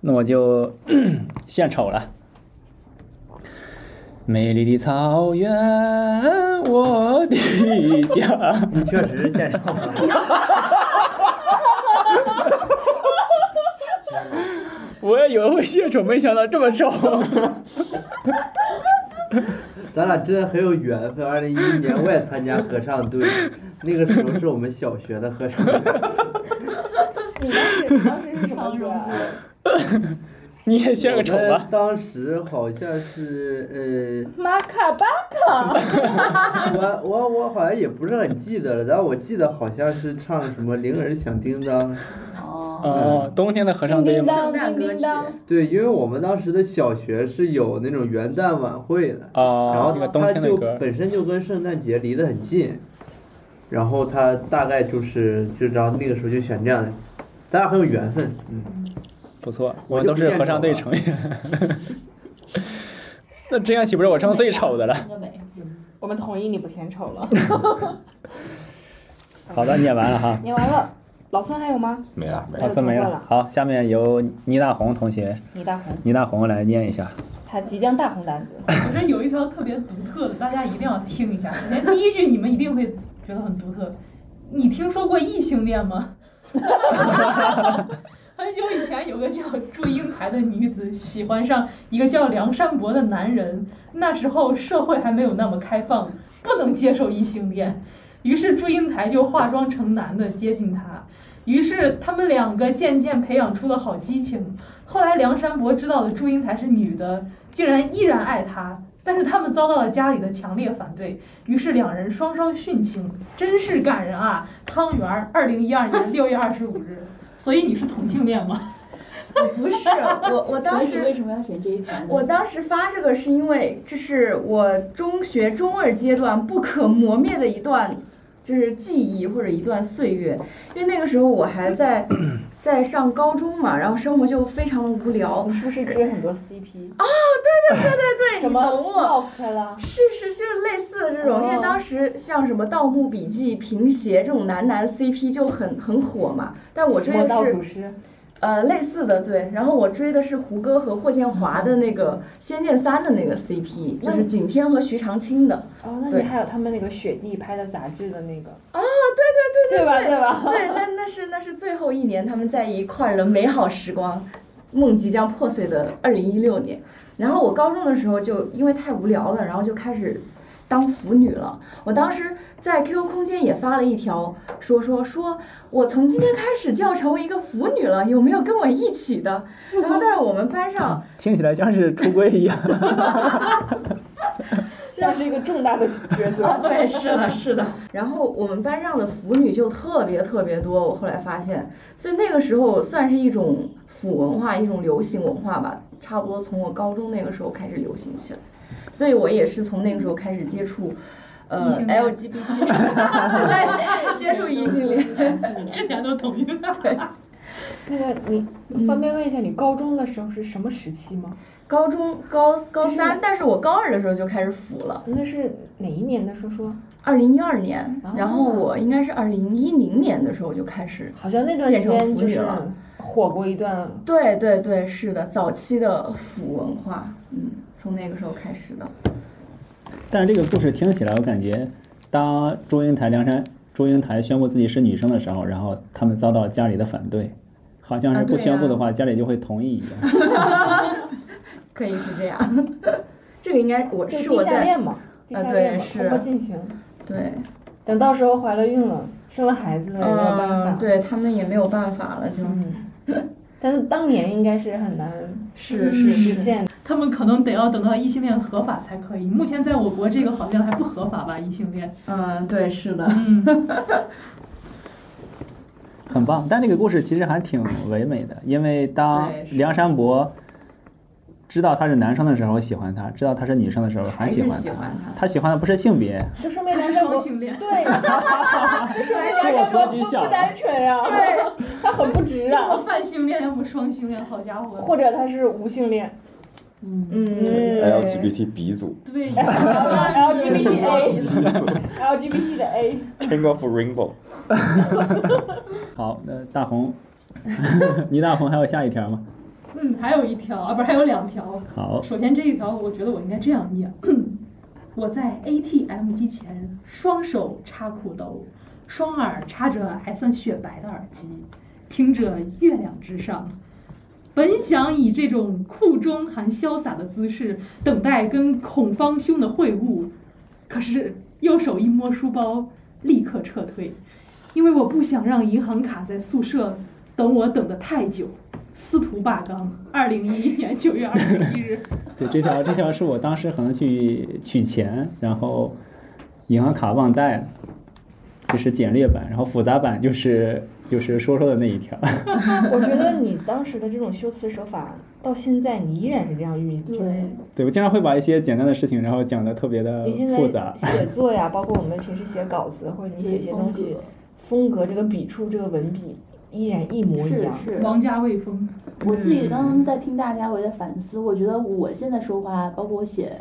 S1: 那我就 献丑了。美丽的草原，我的家。
S8: 你确实是现场吧？
S1: 我也以为会献丑，没想到这么丑。
S8: 咱俩真的很有缘分。二零一一年我也参加合唱队，那个时候是我们小学的合唱队，
S2: 你当时当时是什么歌啊？
S1: 你也献个丑
S8: 我
S1: 吧
S8: 们。当时好像是
S2: 马卡巴
S8: 呃，我我我好像也不是很记得了，但我记得好像是唱什么铃儿响叮当。
S3: 哦，
S1: 哦，冬天的合唱队
S2: 叮
S1: 吗？
S2: 当
S6: 圣诞
S2: 叮
S6: 歌
S2: 叮
S6: 曲
S2: 当，
S8: 对，因为我们当时的小学是有那种元旦晚会的，嗯然
S1: 哦，
S8: 后
S1: 这个冬
S8: 它
S1: 天的
S8: 就
S1: 歌，
S8: 本身就跟圣诞节离得很近，然后它大概就是就然后那个时候就选这样的，咱俩很有缘分，嗯。
S1: 不错，
S8: 我
S1: 我
S8: 就
S1: 都
S8: 不
S1: 是
S8: 献
S1: 合
S8: 丑
S1: 唱队
S8: 了
S1: 成员。 那这样岂不是我唱最丑的了？
S3: 听得美。
S2: 我们同意你不嫌丑 了。
S1: 好的，念完了 哈，
S2: 念完了，老孙还有吗？
S4: 没了，没
S1: 老
S4: 了。
S1: 孙没
S2: 有
S1: 了
S2: 了。
S1: 好，下面由倪大红同学，
S2: 倪大红，
S1: 倪大红来念一下。
S2: 他即将大红大紫。
S5: 我这有一条特别独特的，大家一定要听一下。首先第一句你们一定会觉得很独特。你听说过异性恋吗？ 很久以前有个叫祝英台的女子喜欢上一个叫梁山伯的男人，那时候社会还没有那么开放，不能接受异性恋，于是祝英台就化妆成男的接近他，于是他们两个渐渐培养出了好激情。后来梁山伯知道了祝英台是女的，竟然依然爱他，但是他们遭到了家里的强烈反对，于是两人双双殉情，真是感人啊！汤圆儿，二零一二年六月二十五日。所以你是同性恋吗？
S6: 不是我，我当
S3: 所以你
S6: 时
S3: 为什么要选这一盘呢？
S6: 我当时发这个是因为这是我中学中二阶段不可磨灭的一段，就是记忆或者一段岁月。因为那个时候我还 在在上高中嘛，然后生活就非常的无聊。
S2: 你是不是追很多 CP？
S6: 对，
S2: 什
S6: 你
S2: 么
S6: 懂我。
S2: loft 啦？
S6: 是是，就是类似的这种，因
S2: 哦
S6: 为当时像什么《盗墓笔记》《平邪》这种男男 CP 就很很火嘛。但我追
S2: 魔
S6: 的
S2: 道
S6: 是
S2: 祖师。
S6: 呃，类似的对，然后我追的是胡歌和霍建华的那个《仙剑三》的那个 CP，就
S2: 那
S6: 是景天和徐长卿的。
S2: 哦，那
S6: 对
S2: 你还有他们那个雪地拍的杂志的那个，哦
S6: 对
S2: 对吧？对吧？
S6: 对，那那是那是最后一年他们在一块儿的美好时光，梦即将破碎的二零一六年。然后我高中的时候就因为太无聊了，然后就开始当腐女了。我当时在 QQ 空间也发了一条，说说说我从今天开始就要成为一个腐女了，有没有跟我一起的？然后但是我们班上
S1: 听起来像是出轨一样。
S2: 像是一个重大的抉择。
S6: 对，是的，是的。然后我们班上的腐女就特别特别多，我后来发现，所以那个时候算是一种腐文化，一种流行文化吧，差不多从我高中那个时候开始流行起来，所以我也是从那个时候开始接触，呃
S5: 异性恋
S6: ，LGBT，对，接触异性恋。
S3: 男性恋
S5: 之前都同意。
S2: 那个你
S6: 嗯
S2: 方便问一下，你高中的时候是什么时期吗？
S6: 高中高高
S2: 其实
S6: 三，但是我高二的时候就开始腐了，
S2: 那是哪一年的？说说。
S6: 二零一二年
S5: 哦
S2: 啊，
S6: 然后我应该是二零一零年的时候就开始
S2: 好像那段时
S6: 变成
S2: 间
S6: 腐
S2: 就
S6: 女
S2: 是
S6: 了
S2: 火过一段。
S6: 对对对，是的，早期的腐文化，嗯，从那个时候开始的。
S1: 但是这个故事听起来，我感觉当祝英台、梁山、祝英台宣布自己是女生的时候，然后他们遭到家里的反对，好像
S6: 啊
S1: 是不
S6: 对
S1: 宣布
S6: 呀
S1: 的话，家里就会同意一样。
S6: 可以是这样。 这个应该我
S2: 就是地
S6: 我
S2: 下
S6: 在
S2: 恋嘛，地
S6: 啊
S2: 下
S6: 对
S2: 恋嘛，
S6: 是
S2: 通过进行。
S6: 对，
S2: 等到时候怀了孕了，生了孩子了，也没有办法。
S6: 嗯，对他们也没有办法了，就
S2: 嗯，但是当年应该是很难实
S6: 是是是，
S2: 现的。
S5: 他们可能得要等到异性恋合法才可以。目前在我国这个好像还不合法吧，异性恋。
S6: 嗯，对，是的。
S5: 嗯，
S1: 很棒。但这个故事其实还挺唯美的，因为当
S5: 对是
S1: 梁山伯知道他是男生的时候喜欢他，知道他是女生的时候还喜欢
S2: 还是喜
S1: 他。
S2: 欢他
S1: 他喜欢的不是性别，
S2: 这说明
S5: 他
S2: 梁
S5: 是
S2: 山伯
S5: 双性恋，
S2: 对， 这说明
S1: 是
S2: 梁
S1: 我
S2: 山
S1: 格
S2: 伯
S1: 局
S2: 不
S1: 小
S2: 不单纯啊，对，他很不值
S5: 要么
S2: 啊，
S5: 泛性恋，要么双性恋，好家 伙！
S2: 或者他是无性恋，
S3: 嗯，
S2: 嗯
S4: LGBT 鼻祖
S5: 对
S2: LGBTA LGBT 的 A，
S4: ，King of Rainbow。
S1: 好，那大红， 倪大红还有下一条吗？
S5: 嗯，还有一条啊，不是还有两条。
S1: 好，
S5: 首先这一条，我觉得我应该这样念： 我在 ATM 机前，双手插裤兜，双耳插着还算雪白的耳机，听着《月亮之上》。本想以这种酷中含潇洒的姿势等待跟孔方兄的会晤，可是右手一摸书包，立刻撤退，因为我不想让银行卡在宿舍等我等得太久。司徒霸刚，二零一一年九月二十一日。
S1: 对，这条这条是我当时可能去取钱，然后银行卡忘带了，这是简略版，然后复杂版就是就是说说的那一条。
S2: 我觉得你当时的这种修辞手法，到现在你依然是这样运用。
S3: 对，
S1: 对我经常会把一些简单的事情，然后讲的特别的
S2: 你现
S1: 复杂
S2: 在。写作呀，包括我们平时写稿子，或者你写一些东西，风格这个笔触这个文笔依然一模一
S3: 是
S2: 样。
S3: 是。
S5: 王家卫 风，
S3: 我
S2: 嗯
S3: 自己刚刚在听大家，我也在反思，我觉得我现在说话，包括我写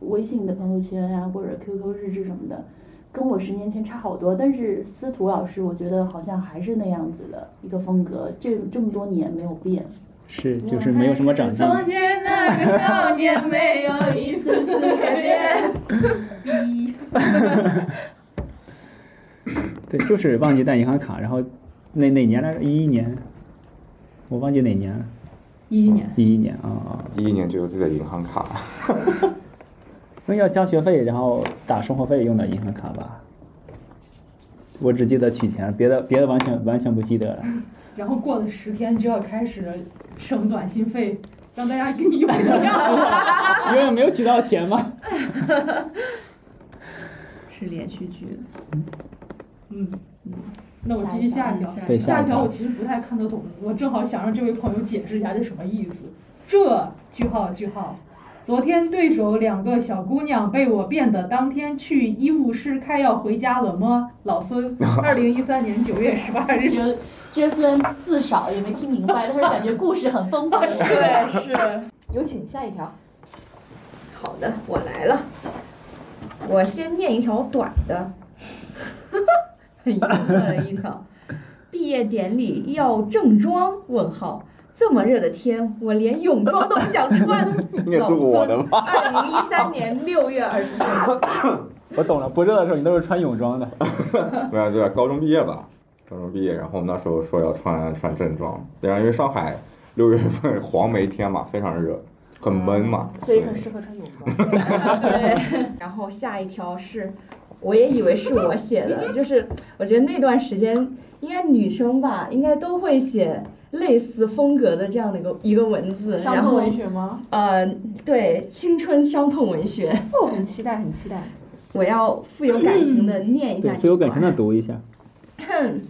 S3: 微信的朋友圈啊，或者 QQ 日志什么的，跟我十年前差好多。但是司徒老师，我觉得好像还是那样子的一个风格，这这么多年没有变。
S1: 是，就是没有什么长进。
S5: 前那个少年没有一丝丝改变。
S1: 对，就是忘记带银行卡，然后那哪年来着？一一年，我忘记哪年了。
S5: 一一年，
S1: 一一年啊啊、啊
S4: 一一年就有自己的银行卡，
S1: 因为要交学费，然后打生活费用的银行卡吧。我只记得取钱，别的别的完全完全不记得了。
S5: 然后过了十天就要开始省短信费，让大家跟你有一 样。
S1: 因为没有取到钱嘛。
S6: 是连续剧，
S5: 嗯，那我继续下一条。
S1: 对，
S5: 下
S1: 一
S5: 一条我其实不太看得懂，我正好想让这位朋友解释一下这什么意思。这句号句号，昨天对手两个小姑娘被我变的，当天去医务室开药回家了么？老 孙，二零一三年九月十八日。
S3: 这这虽然字少也没听明白，但是感觉故事很丰 富。
S2: 对，是。有请下一条。
S6: 好的，我来了。我先念一条短 的，很幽默的一条。毕业典礼要正装？问号。这么热的天，我连泳装都不想 穿。
S4: 应该是我的吧？
S6: 二零一三年六月二十四日，
S1: 我懂了，不热的时候你都是穿泳装 的。
S4: 没 有，对吧？高中毕业吧，高中毕业，然后我们那时候说要穿穿正装，对啊，因为上海六月份黄梅天嘛，非常热，很闷嘛，
S2: 嗯所以很适合穿泳装。
S6: 对。 然后下一条是，我也以为是我 写的，就是我觉得那段时间应该女生吧，应该都会写类似风格的这样的一个一个文字，
S2: 伤
S6: 然
S2: 痛
S6: 后
S2: 文学吗？
S6: 呃，对，青春伤痛文学，
S2: 哦，很期待，很期待。
S6: 我要富有感 情的念一下
S1: 对，
S6: 这
S1: 富有感
S6: 段
S1: 情的读一下。
S6: 哼，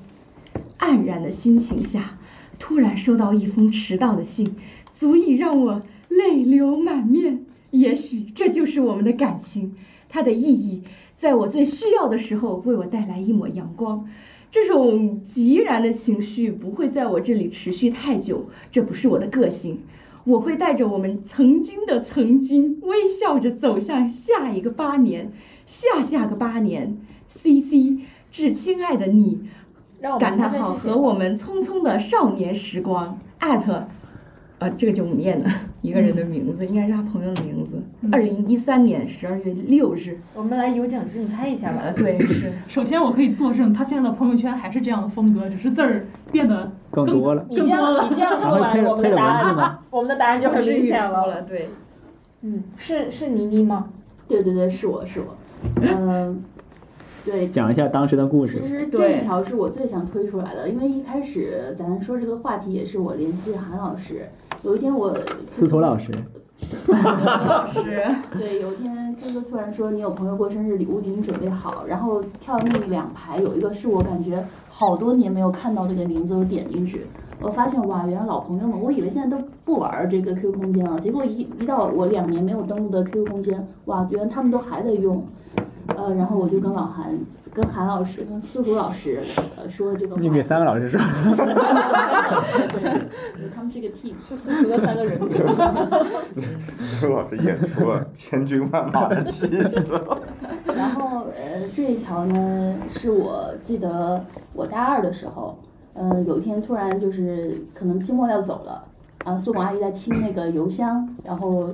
S6: 黯然的心情下，突然收到一封迟到的信，足以让我泪流满面。也许这就是我们的感情，它的意义，在我最需要的时候为我带来一抹阳光。这种急然的情绪不会在我这里持续太久，这不是我的个性。我会带着我们曾经的曾经，微笑着走向下一个八年，下下个八年。C C，致亲爱的你，
S2: 让
S9: 哦
S2: 我们
S6: 感叹号和我们匆匆的少年时光艾特，呃，这个就不念了，一个人的名字
S9: 嗯
S6: 应该是他朋友的名字。二零一三年十二月六日，
S2: 我们来有奖竞猜一下吧。
S6: 呃， 对，是
S5: 首先，我可以作证，他现在的朋友圈还是这样的风格，只是字儿变得
S1: 更多了，
S2: 你这样，你这 样
S1: 还
S2: 说
S1: 会
S2: 完，
S1: 配
S2: 我们
S1: 配的
S2: 的答
S1: 文字
S2: 案，
S1: 吗？
S2: 我们的答案就很明显
S6: 到
S2: 了。
S6: 了，对，
S2: 嗯，是是倪妮吗？
S3: 对对对，是我是我，嗯，对，
S1: 讲一下当时的故
S3: 其
S1: 事。
S3: 实这
S6: 对
S3: 一条是我最想推出来的，因为一开始咱说这个话题也是我联系韩老师，有一天我
S1: 司徒老师，
S3: 老师， 对，有一天朱哥突然说你有朋友过生日，礼物给你准备好，然后跳那两排有一个是我感觉好多年没有看到这个名字，我点进去，我发现哇，原来老朋友们，我以为现在都不玩这个 QQ 空间啊，结果一一到我两年没有登录的 QQ 空间，哇，原来他们都还在用，呃，然后我就跟老韩、跟韩老师、跟思虎老师呃说这个话，
S1: 你给三个老师说，
S3: 对，他们是个 team，是四十的三个人格。
S4: 周老师演出了千军万马的气势。
S3: 然后呃，这一条呢，是我记得我大二的时候，呃，有一天突然就是可能期末要走了，啊，宿管阿姨在清那个邮箱，然后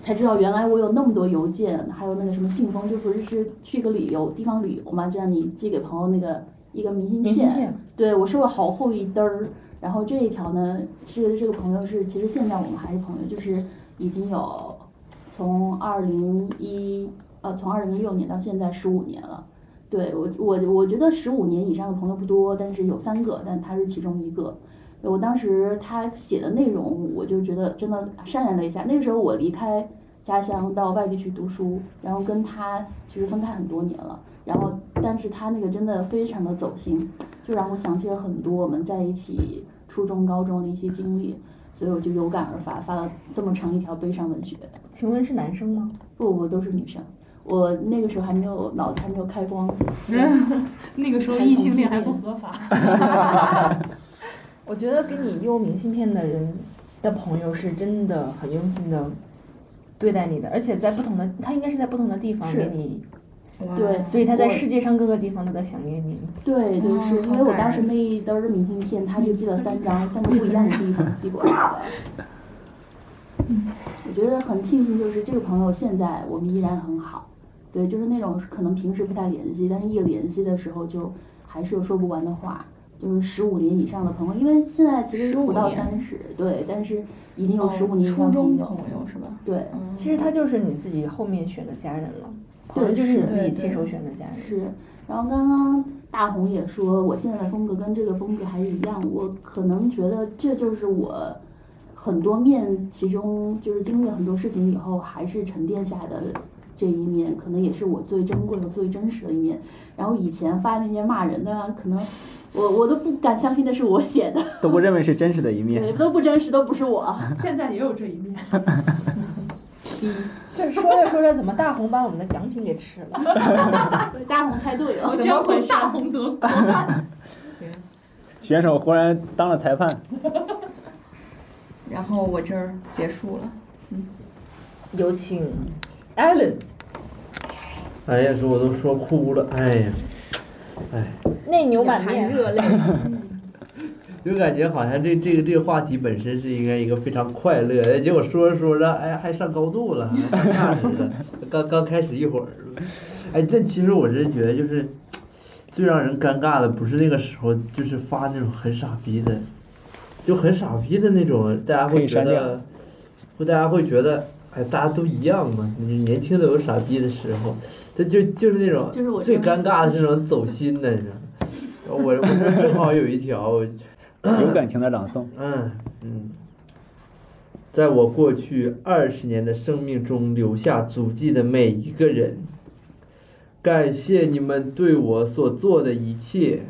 S3: 才知道原来我有那么多邮件，还有那个什么信封，就不是是去一个旅游地方旅游嘛，就让你寄给朋友那个一个明信
S2: 明信片，
S3: 对我收了好厚一堆儿。然后这一条呢，是这个朋友是，其实现在我们还是朋友，就是已经有从二零一呃从二零一六年到现在十五年了。对我我我觉得十五年以上的朋友不多，但是有三个，但他是其中一个。我当时他写的内容，我就觉得真的潸然泪下。那个时候我离开家乡到外地去读书，然后跟他其实分开很多年了。然后，但是他那个真的非常的走心，就让我想起了很多我们在一起初中、高中的一些经历，所以我就有感而发，发了这么长一条悲伤文学。
S2: 请问是男生吗？
S3: 不，我都是女生，我那个时候还没有脑子还没有开光，
S5: 那个时候异性恋还不合法。
S2: 我觉得给你邮明信片的人的朋友是真的很用心的对待你的，而且在不同的，他应该是在不同的地方
S3: 是
S2: 给你，
S3: 对，
S2: 所以他在
S3: 我
S2: 世界上各个地方都在想念你。
S3: 对对，是因为我
S2: 好
S3: 当
S2: 感
S3: 时那一兜儿的明信片，他就寄了三张，三个不一样的地方寄过来的。嗯我觉得很庆幸，就是这个朋友现在我们依然很好，对，就是那种可能平时不太联系，但是一联系的时候就还是有说不完的话。就是十五年以上的朋友，因为现在其实不到三十，对，但是已经有十五
S6: 哦
S3: 年以上的朋友，
S6: 友是吧？
S3: 对，
S9: 嗯
S2: 其实他就是你自己后面选的家人了，
S9: 哦
S3: 对
S2: 好像就是你自
S6: 是
S2: 己亲手选的家人。
S3: 是，然后刚刚大红也说，我现在的风格跟这个风格还是一样，我可能觉得这就是我很多面，其中就是经历了很多事情以后，还是沉淀下的这一面，可能也是我最珍贵和最真实的一面。然后以前发那些骂人的啊，可能我我都不敢相信那是我写的，
S1: 都不认为是真实的一面。
S3: 对，都不真实，都不是我。
S5: 现在也有这一 面，
S2: 这说着说着，怎么大红把我们的奖品给吃了？
S3: 大红猜 对了，
S5: 我
S3: 怎
S5: 宣
S3: 么
S5: 布
S3: 回事？
S5: 大红德国。
S1: 选手忽然当了裁判，
S6: 然后我这儿结束了。
S2: 有请 Allen。
S8: 哎呀，给我都说哭了，哎呀，哎，
S2: 内牛满面，热泪。
S8: 就感觉好像这这个这个话题本身是应该一个非常快乐，哎结果说着说着，哎，还上高度了，还上价值了， 刚刚开始一会儿，哎，这其实我真觉得就是最让人尴尬的，不是那个时候，就是发那种很傻逼的，就很傻逼的那种，大家
S1: 可
S8: 会
S1: 以
S8: 觉
S1: 删
S8: 得，会大家会觉得，哎，大家都一样嘛，你年轻的有傻逼的时候，这就就是那种
S3: 就是我
S8: 最
S3: 这个
S8: 尴尬的是那种走心的，你知道吗？我我这正好有一条，我
S1: 有感情的朗诵。
S8: 嗯，嗯，在我过去二十年的生命中留下足迹的每一个人，感谢你们对我所做的一切。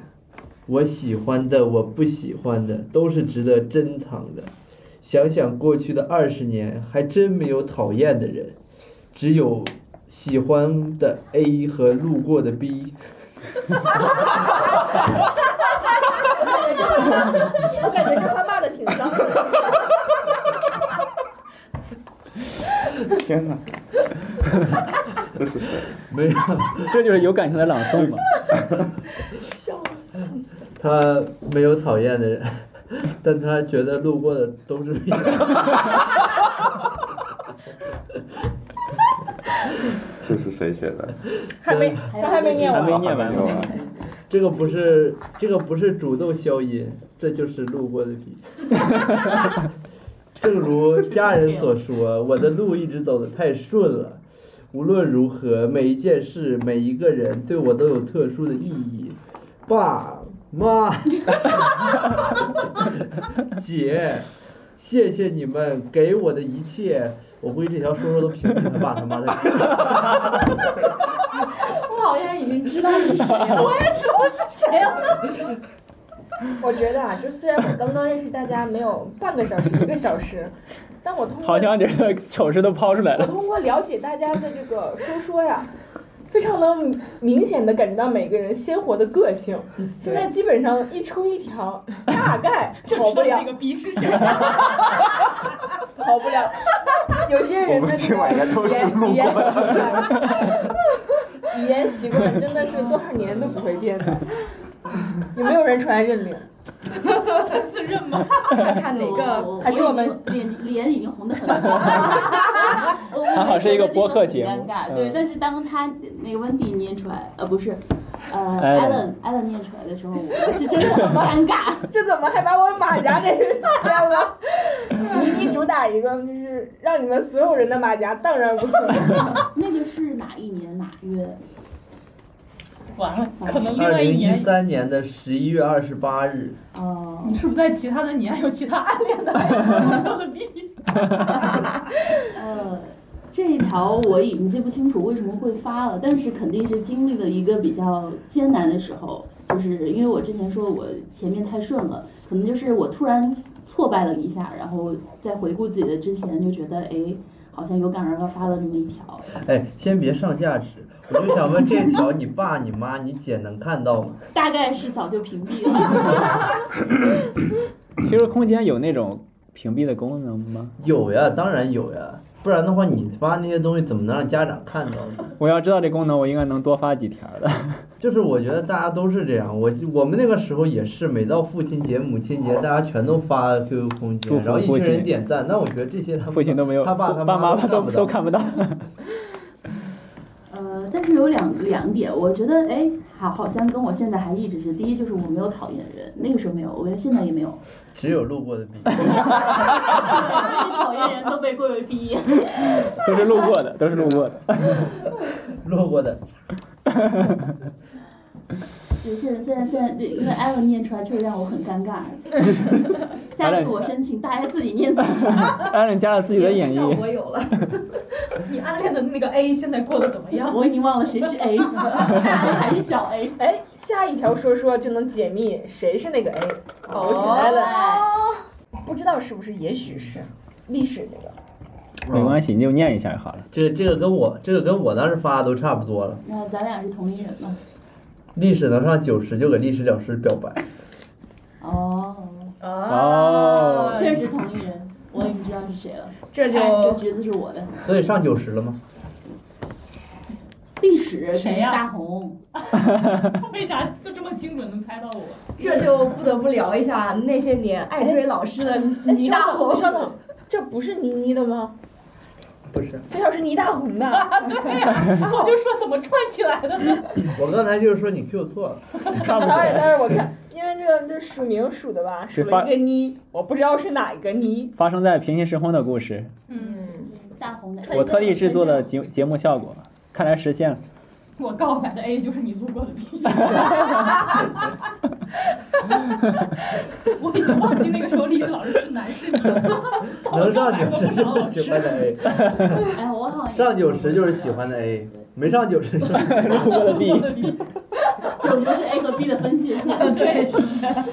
S8: 我喜欢的，我不喜欢的，都是值得珍藏的。想想过去的二十年，还真没有讨厌的人，只有喜欢的 A 和路过的 B。
S2: 我感觉这话骂的挺脏的。
S4: 天哪，这是谁？
S8: 没有。
S1: 这就是有感情的朗诵嘛？
S8: 他没有讨厌的人， 但他觉得路过的都是 你。
S4: 这是谁写的？
S2: 还没，他还没念
S1: 还
S2: 完。
S1: 没念完
S4: 没有啊
S1: 呢。
S8: 这个不是这个不是主动消音，这就是路过的笔。正如家人所说，我的路一直走得太顺了。无论如何，每一件事、每一个人对我都有特殊的意义。爸妈， 姐，谢谢你们给我的一切，我估计这条说说都屏蔽他爸他妈的。
S3: 我好像已经知道你是谁了。
S9: 我觉得啊，就虽然我刚刚认识大家没有半个小时、一个小时，但我通过
S1: 好像这个糗事都抛出来
S9: 我
S1: 了。
S9: 通过了解大家的这个说说呀，非常能明显的感觉到每个人鲜活的个性。现在基本上一出一条，大概 跑不了
S5: 那，个逼是这样。
S9: 跑不了。有些人的这个
S7: 上都
S9: 语言语言习惯真的是多少年都不会变的。有没有人出来认领？
S5: 自认吗？
S3: 看看
S9: 哪个还是我们
S3: 脸脸已经红的很 了。
S1: 还好是一个播客节目
S3: 我觉得这个很尴
S1: 嗯
S3: 尬，对。但是当他那个温蒂念出来，呃，不是，呃
S1: Alan
S3: ，Allen Allen 念出来的时候，我是真的很尴尬。
S9: 这 怎么还把我马甲给掀 了？倪妮主打一个就是让你们所有人的马甲荡然无存。
S3: 那个是哪一年哪月？
S5: 完了，可能另
S8: 二
S5: 外 一
S8: 零一
S5: 年，
S8: 三年的十一月二十八日，
S3: 哦，
S5: 你是不是在其他的年有其他暗恋 的朋友的逼？
S3: 呃，这一条我已经记不清楚为什么会发了，但是肯定是经历了一个比较艰难的时候，就是因为我之前说我前面太顺了，可能就是我突然挫败了一下，然后在回顾自己的之前就觉得，哎，好像有感而发发了那么一条，
S8: 哎，先别上价值，我就想问这条你爸、你妈、你姐能看到吗？
S3: 大概是早就屏蔽了。
S1: Q q 空间有那种屏蔽的功能吗？
S8: 有呀，当然有呀，不然的话你发那些东西怎么能让家长看到呢？
S1: 我要知道这功能，我应该能多发几条 的。
S8: 就是我觉得大家都是这样，我我们那个时候也是，每到父亲节、母亲节，大家全都发 QQ 空
S1: 祝
S8: 间，
S1: 福
S8: 然后一
S1: 父
S8: 群
S1: 亲
S8: 人点赞。那我觉得这些他们
S1: 父亲都没有，
S8: 他爸他
S1: 爸妈
S8: 都
S1: 都
S8: 看不
S1: 都
S8: 到。
S1: 看不到。
S3: 呃，但是有两两点，我觉得哎，好，好像跟我现在还一直是，第一就是我没有讨厌人，那个时候没有，我觉得现在也没有，
S8: 只有路过的比。
S3: 讨厌人都被归为 B。E
S1: 都是路过的，都是路过的。
S8: 路过的，
S3: 对，现在现在现在，对因为艾文念出来确实让我很尴 尬。下次我申请大家自己念自己。
S1: 安人加了自己的演绎，
S5: 我有了。你暗恋的那个 A 现在过得怎么样？
S3: 啊 我已经忘了谁是 A，大 A 还是小 A。
S9: 哎，下一条说说就能解密谁是那个 A。哦，我选 a 了，
S3: 对
S9: 不知道是不是，也许是历史那个。
S1: 没关系，你就念一下好了。
S8: 嗯这这个跟我这个跟我当时发的都差不多了。
S3: 那咱俩是同一人嘛？
S8: 历史能上九十就给历史老师表白，
S3: 哦，
S1: 哦
S3: 确实同一人，我已经知道是谁了。
S9: 啊这就
S3: 看这橘子是我的。
S8: 所以上九十了吗？
S3: 历史肯定
S5: 谁
S3: 是
S5: 呀
S3: 大红，
S5: 为啥就这么精准能猜到我？
S6: 这就不得不聊一下那些年爱追老师的倪大
S9: 哎稍
S6: 红
S9: 等，。稍等，这不是倪妮的吗？
S8: 不是，
S9: 这条是倪大红的。
S5: 啊，对呀、我就说怎么串起来的呢？
S8: 我刚才就是说你 Q 错了，
S1: 差不多。
S9: sorry sorry，我看，因为这个这署名署的吧，
S1: 是
S9: 署
S1: 发
S9: 了一个妮，我不知道是哪一个妮。
S1: 发生在平行时空的故事，
S5: 嗯，
S3: 大红的。
S1: 我特地制作的节节目效果，看来实现了。
S5: 我告白的 A 就是你路过的 B。我已经忘记那个时候历史老师是男是女了。
S8: 能上九十
S5: 不少
S8: 就
S5: 老
S8: 是喜
S5: 师
S8: 欢的 A，
S3: 哎，我好像也
S8: 上九十就是喜欢的 A，没上九十就是
S1: 路过的 B，
S3: 九十是 A 和 B 的分界线。
S5: 对，是。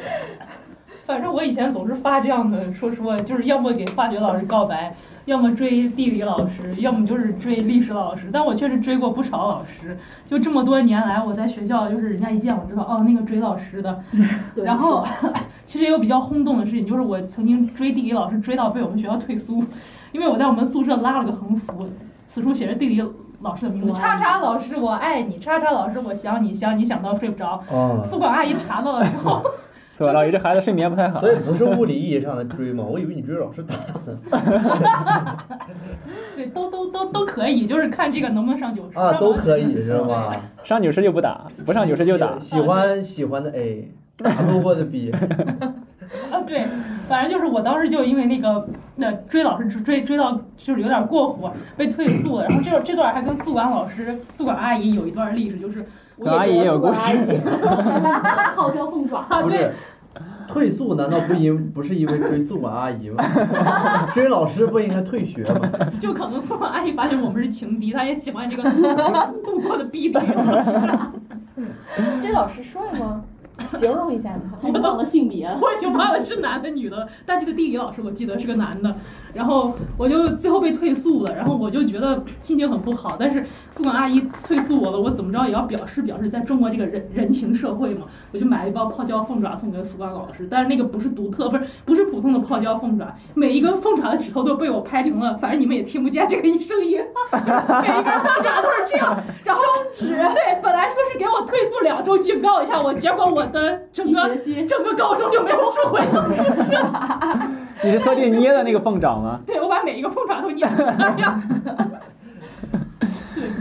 S5: 反正我以前总是发这样的说说，就是要么给化学老师告白，要么追地理老师，要么就是追历史老师。但我确实追过不少老师，就这么多年来，我在学校就是人家一见我知道，哦，那个追老师的，
S3: 对，
S5: 然后， 其实也有比较轰动的事情，就是我曾经追地理老师追到被我们学校退苏，因为我在我们宿舍拉了个横幅，此处写着地理老师的名字，
S3: 哇
S5: 叉叉老师我爱你，叉叉老师我想你，想你想到睡不着。
S8: 哦
S1: 嗯
S5: 宿管阿姨查到了之后，
S1: 是吧？老于这孩子睡眠不太好
S8: 所。以不是物理意义上的追吗？我以为你追老师打呢。
S5: 对，都都都都可以，就是看这个能不能上九十
S8: 啊，都可以是吗？
S1: 上九十就不打，不上九十就打。
S8: 喜喜欢喜欢的 A，打路过的 B，
S5: 啊，对，反正就是我当时就因为那个那追老师追追追到就是有点过火，被退宿了。然后这这段还跟宿管老师、宿管阿姨有一段历史，就是
S1: 跟阿姨也有故事，
S3: 号召凤爪。
S5: 啊，
S1: 不
S5: 对
S1: 是，
S8: 退宿难道不因不是因为追宿管阿姨吗？ 追老师不应该退学吗？
S5: 就可能宋阿姨发现我们是情敌，她也喜欢这个路过的逼逼。
S9: 这老师帅吗？形容一下
S3: 还
S9: 他。
S3: 忘了性别了。
S5: 我就忘了是男的女的，但这个地理老师我记得是个男的，然后我就最后被退宿了，然后我就觉得心情很不好，但是宿管阿姨退宿我了，我怎么着也要表示表示，在中国这个人人情社会嘛，我就买了一包泡椒凤爪送给宿管老师，但是那个不是独特，不是不是普通的泡椒凤爪，每一根凤爪的指头都被我拍成了，反正你们也听不见这个声 音，就是每一根凤爪都是这样，然后对，本来说是给我退宿两周警告一下我，结果我的整
S3: 一
S5: 个
S3: 学期
S5: 整个高中就没有后悔。
S1: 你是特地捏的那个凤爪吗？
S5: 对我把每一个凤爪都 捏出来呀。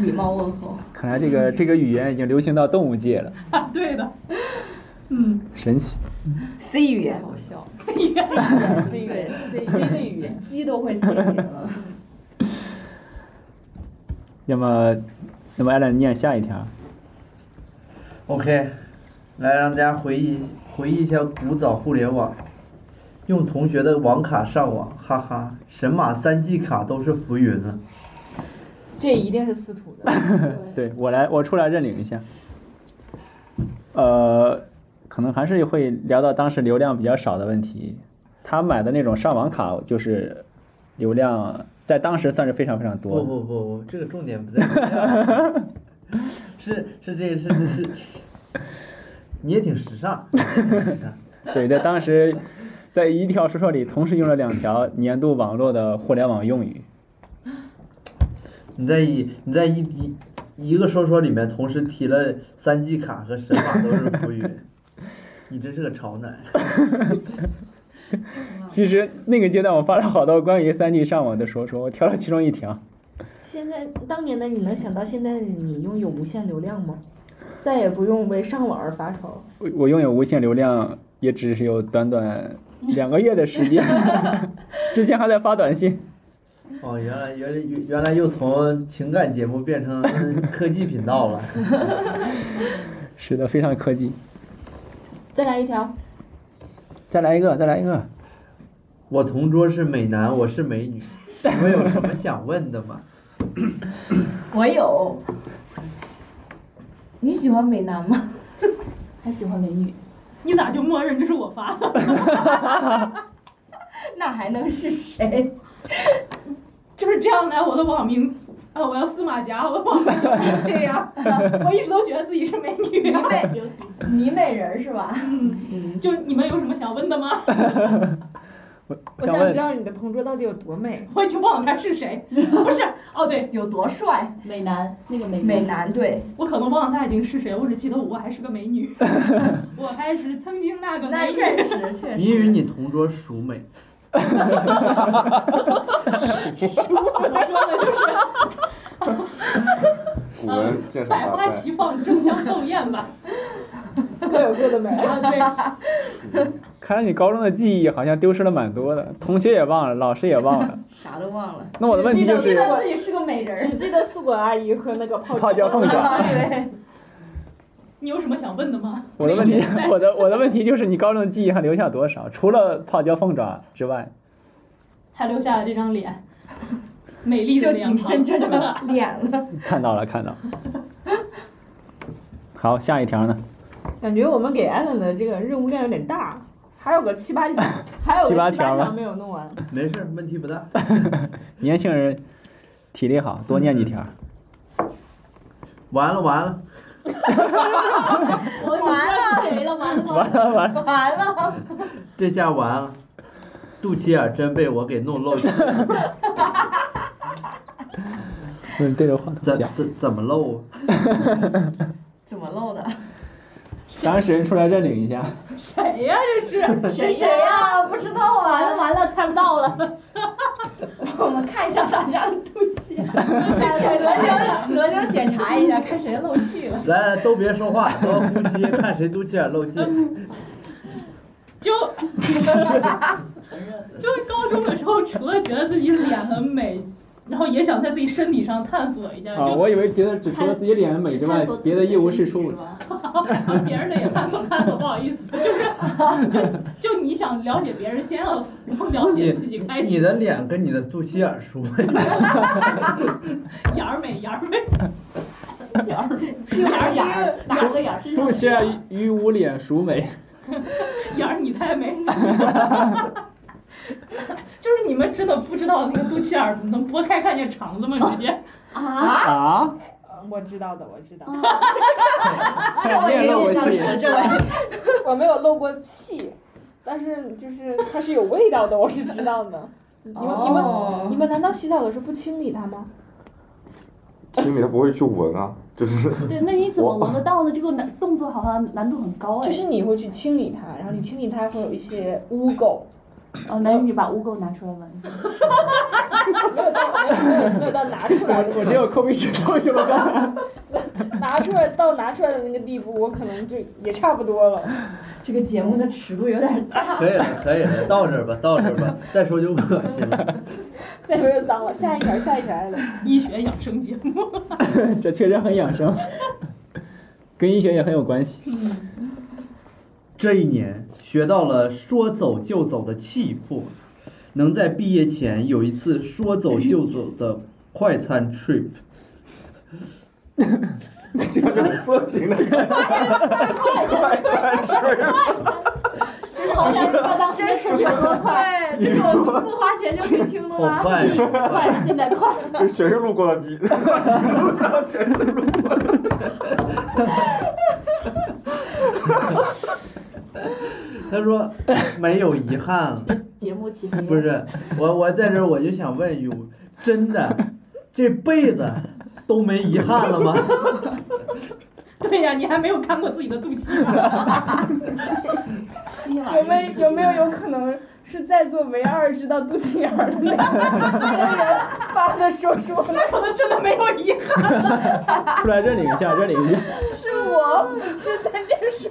S3: 礼貌问候。
S1: 看来这个这个语言已经流行到动物界了，
S5: 啊对的，嗯，
S1: 神奇。
S6: C 语言，
S3: 好笑。
S9: C
S3: 对
S9: 人，
S3: ，C C 的语言，鸡都会 C 语了。
S1: 那么，那么艾伦念下一条。
S8: OK，来让大家回忆回忆一下古早互联网，用同学的网卡上网，哈哈，神马三 G 卡都是浮云啊了。
S9: 这一定是司徒的。
S1: 对我来，我出来认领一下。呃，可能还是会聊到当时流量比较少的问题。他买的那种上网卡，就是流量在当时算是非常非常多
S8: 不
S1: 的。
S8: 不不不，这个重点不在这儿， 是是这个是是是是，你也挺时尚，你也挺时尚
S1: 对，在当时，在一条说说里同时用了两条年度网络的互联网用语。
S8: 你在一你在一一一个说说里面同时提了三 G 卡和神马都是浮云，你真是个潮男。
S1: 其实那个阶段，我发了好多关于三 G 上网的说说，我挑了其中一条。
S2: 现在当年的你能想到现在的你拥有无限流量吗？再也不用为上网而发愁。
S1: 我我拥有无限流量，也只是有短短两个月的时间，之前还在发短信。
S8: 哦，原来原来原来又从情感节目变成科技频道了。
S1: 是的，非常科技。
S2: 再来一条，
S1: 再来一个，再来一个。
S8: 我同桌是美男，我是美女，你们有什么想问的吗？
S6: 我有。你喜欢美男吗？
S3: 还喜欢美女，
S5: 你咋就默认这是我发的？
S6: 那还能是谁？
S5: 就是这样的，我的网名啊，我要司马甲，我的网名叫并 且呀，我一直都觉得自己是美女
S6: 你。美你美人是吧？
S5: 就你们有什么想问的吗？
S1: 我
S2: 我
S1: 想
S2: 想
S1: 问，
S2: 知道你的同桌到底有多美。
S5: 我已经忘了他 是谁，不是哦，对
S6: 有多帅？
S3: 美男那个美女
S6: 美男对，
S5: 我可能忘了他已经是谁，我只记得我还是个美女，我还是曾经那个
S6: 那
S5: 美女。
S6: 确实确
S8: 你与
S6: 实。
S8: 你同桌孰美？
S5: 怎么说呢？就是
S4: 古文鉴赏
S5: 百
S4: 大
S5: 花
S4: 赛，
S5: 齐放，争相斗艳吧。
S9: 各有各的美。
S5: 啊，对，
S1: 看来你高中的记忆好像丢失了蛮多的，同学也忘了，老师也忘了。
S6: 啥都忘了，
S1: 那我的问题就
S6: 记
S1: 是，
S6: 得自己是个美人
S9: 只记得宿管阿姨和那个泡
S1: 泡椒凤爪
S6: 儿。对，
S5: 你有什么想问的吗？
S1: 我的问题，我的我的问题就是，你高中的记忆还留下多少？除了泡椒凤爪之外，
S5: 还留下了这张脸， 美丽的
S6: 就
S5: 脸
S6: 只
S5: 庞
S6: 剩。这 张脸了。
S1: 看到了，看到了。好，下一条呢？
S9: 感觉我们给艾伦的这个任务量有点大，还有个七八，还有个
S1: 七
S9: 七
S1: 八
S9: 八
S1: 条吧
S9: 条没有弄完。
S8: 没事，问题不大。
S1: 年轻人体力好，多念几条。
S8: 完了完了，
S3: 我已经知道是谁了，完了吗？
S1: 完了完了，
S6: 完了，
S8: 这下完了，肚脐眼儿真被我给弄漏气了，
S1: 嗯，对着话筒
S8: 怎
S1: 讲。
S8: 怎怎么漏啊？
S6: 怎么漏的？
S1: 当事人出来认领一下。
S5: 谁呀、这是
S6: 是谁？呀？不知道
S3: 完了
S6: 啊。
S3: 完了，看不到了。
S6: 我们看一下大家的肚脐，轮流轮流检查 一下，看谁漏气了。
S8: 来来，都别说话，都呼吸，看谁肚脐眼儿漏气。
S5: 就 就是高中的时候，除了觉得自己脸很美，然后也想在自己身体上探索一下，
S1: 啊，
S5: 就
S1: 我以为觉得只除了自己脸美之外，别的一无是处。
S5: 把啊别人的也探索探索，不 好意思，就是就是就你想了解别人，先要从了解自己开
S8: 你
S5: 始，
S8: 的脸跟你的肚脐眼儿熟，
S5: 眼儿美眼儿美，
S3: 眼儿
S2: 是有
S3: 眼儿
S2: 点
S3: 眼
S2: 儿
S3: 儿哪个眼儿是
S1: 肚脐眼与无脸孰美？
S5: 眼儿你太美。就是你们真的不知道那个肚脐眼儿能拨开看见肠子吗？直接
S3: 啊？
S1: 啊，
S2: 呃我知道的，我知道，
S1: 这我也漏过气。
S2: 我没有漏过气，但是就是它是有味道的，我是知 道的。你们你们你们难道洗澡的时候不清理它吗？
S4: 心里他不会去闻啊，就是
S3: 对，那你怎么闻得到呢？这个难动作好像难度很高哎。
S2: 就是你会嗯去清理它，然后你清理它会有一些污垢，
S3: 哦，男女把污垢拿出来闻。
S2: 没有到没有没有到拿出 来的
S1: 我只有抠鼻屎臭是吧？
S2: 拿出来到拿出来的那个地步，我可能就也差不多 了。
S6: 这个节目的尺度有点大。
S8: 可以了，可以了，到这儿吧，到这儿吧，再说就恶心了。
S2: 再说就脏了，下一条下一条来了。
S5: 医学养生节目，
S1: 这确实很养生， 跟医学也很有关系。
S8: 这一年学到了说走就走的气魄，能在毕业前有一次说走就走的快餐 trip。
S4: 这样就很色情的感觉，快餐吃，
S3: 好像是他当时的
S6: 真是多快，这是我不花钱就可以听的
S8: 好
S6: 吗？
S8: 快呀！
S3: 快，现在快。
S4: 就全是路过的逼，路上全是路过的。
S8: 他说没有遗憾了，
S3: 节目起飞。
S8: 不。是我，我在这儿我就想问一句，真的这辈子都没遗憾了吗？
S5: 对呀、你还没有看过自己的肚脐呢。
S2: 有没有没有有可能是在座唯二知道肚脐眼儿的那个那个人发的说说呢？
S5: 可能真的没有遗憾。
S1: 出来认领一下，认领一下。
S2: 是我，是三点水。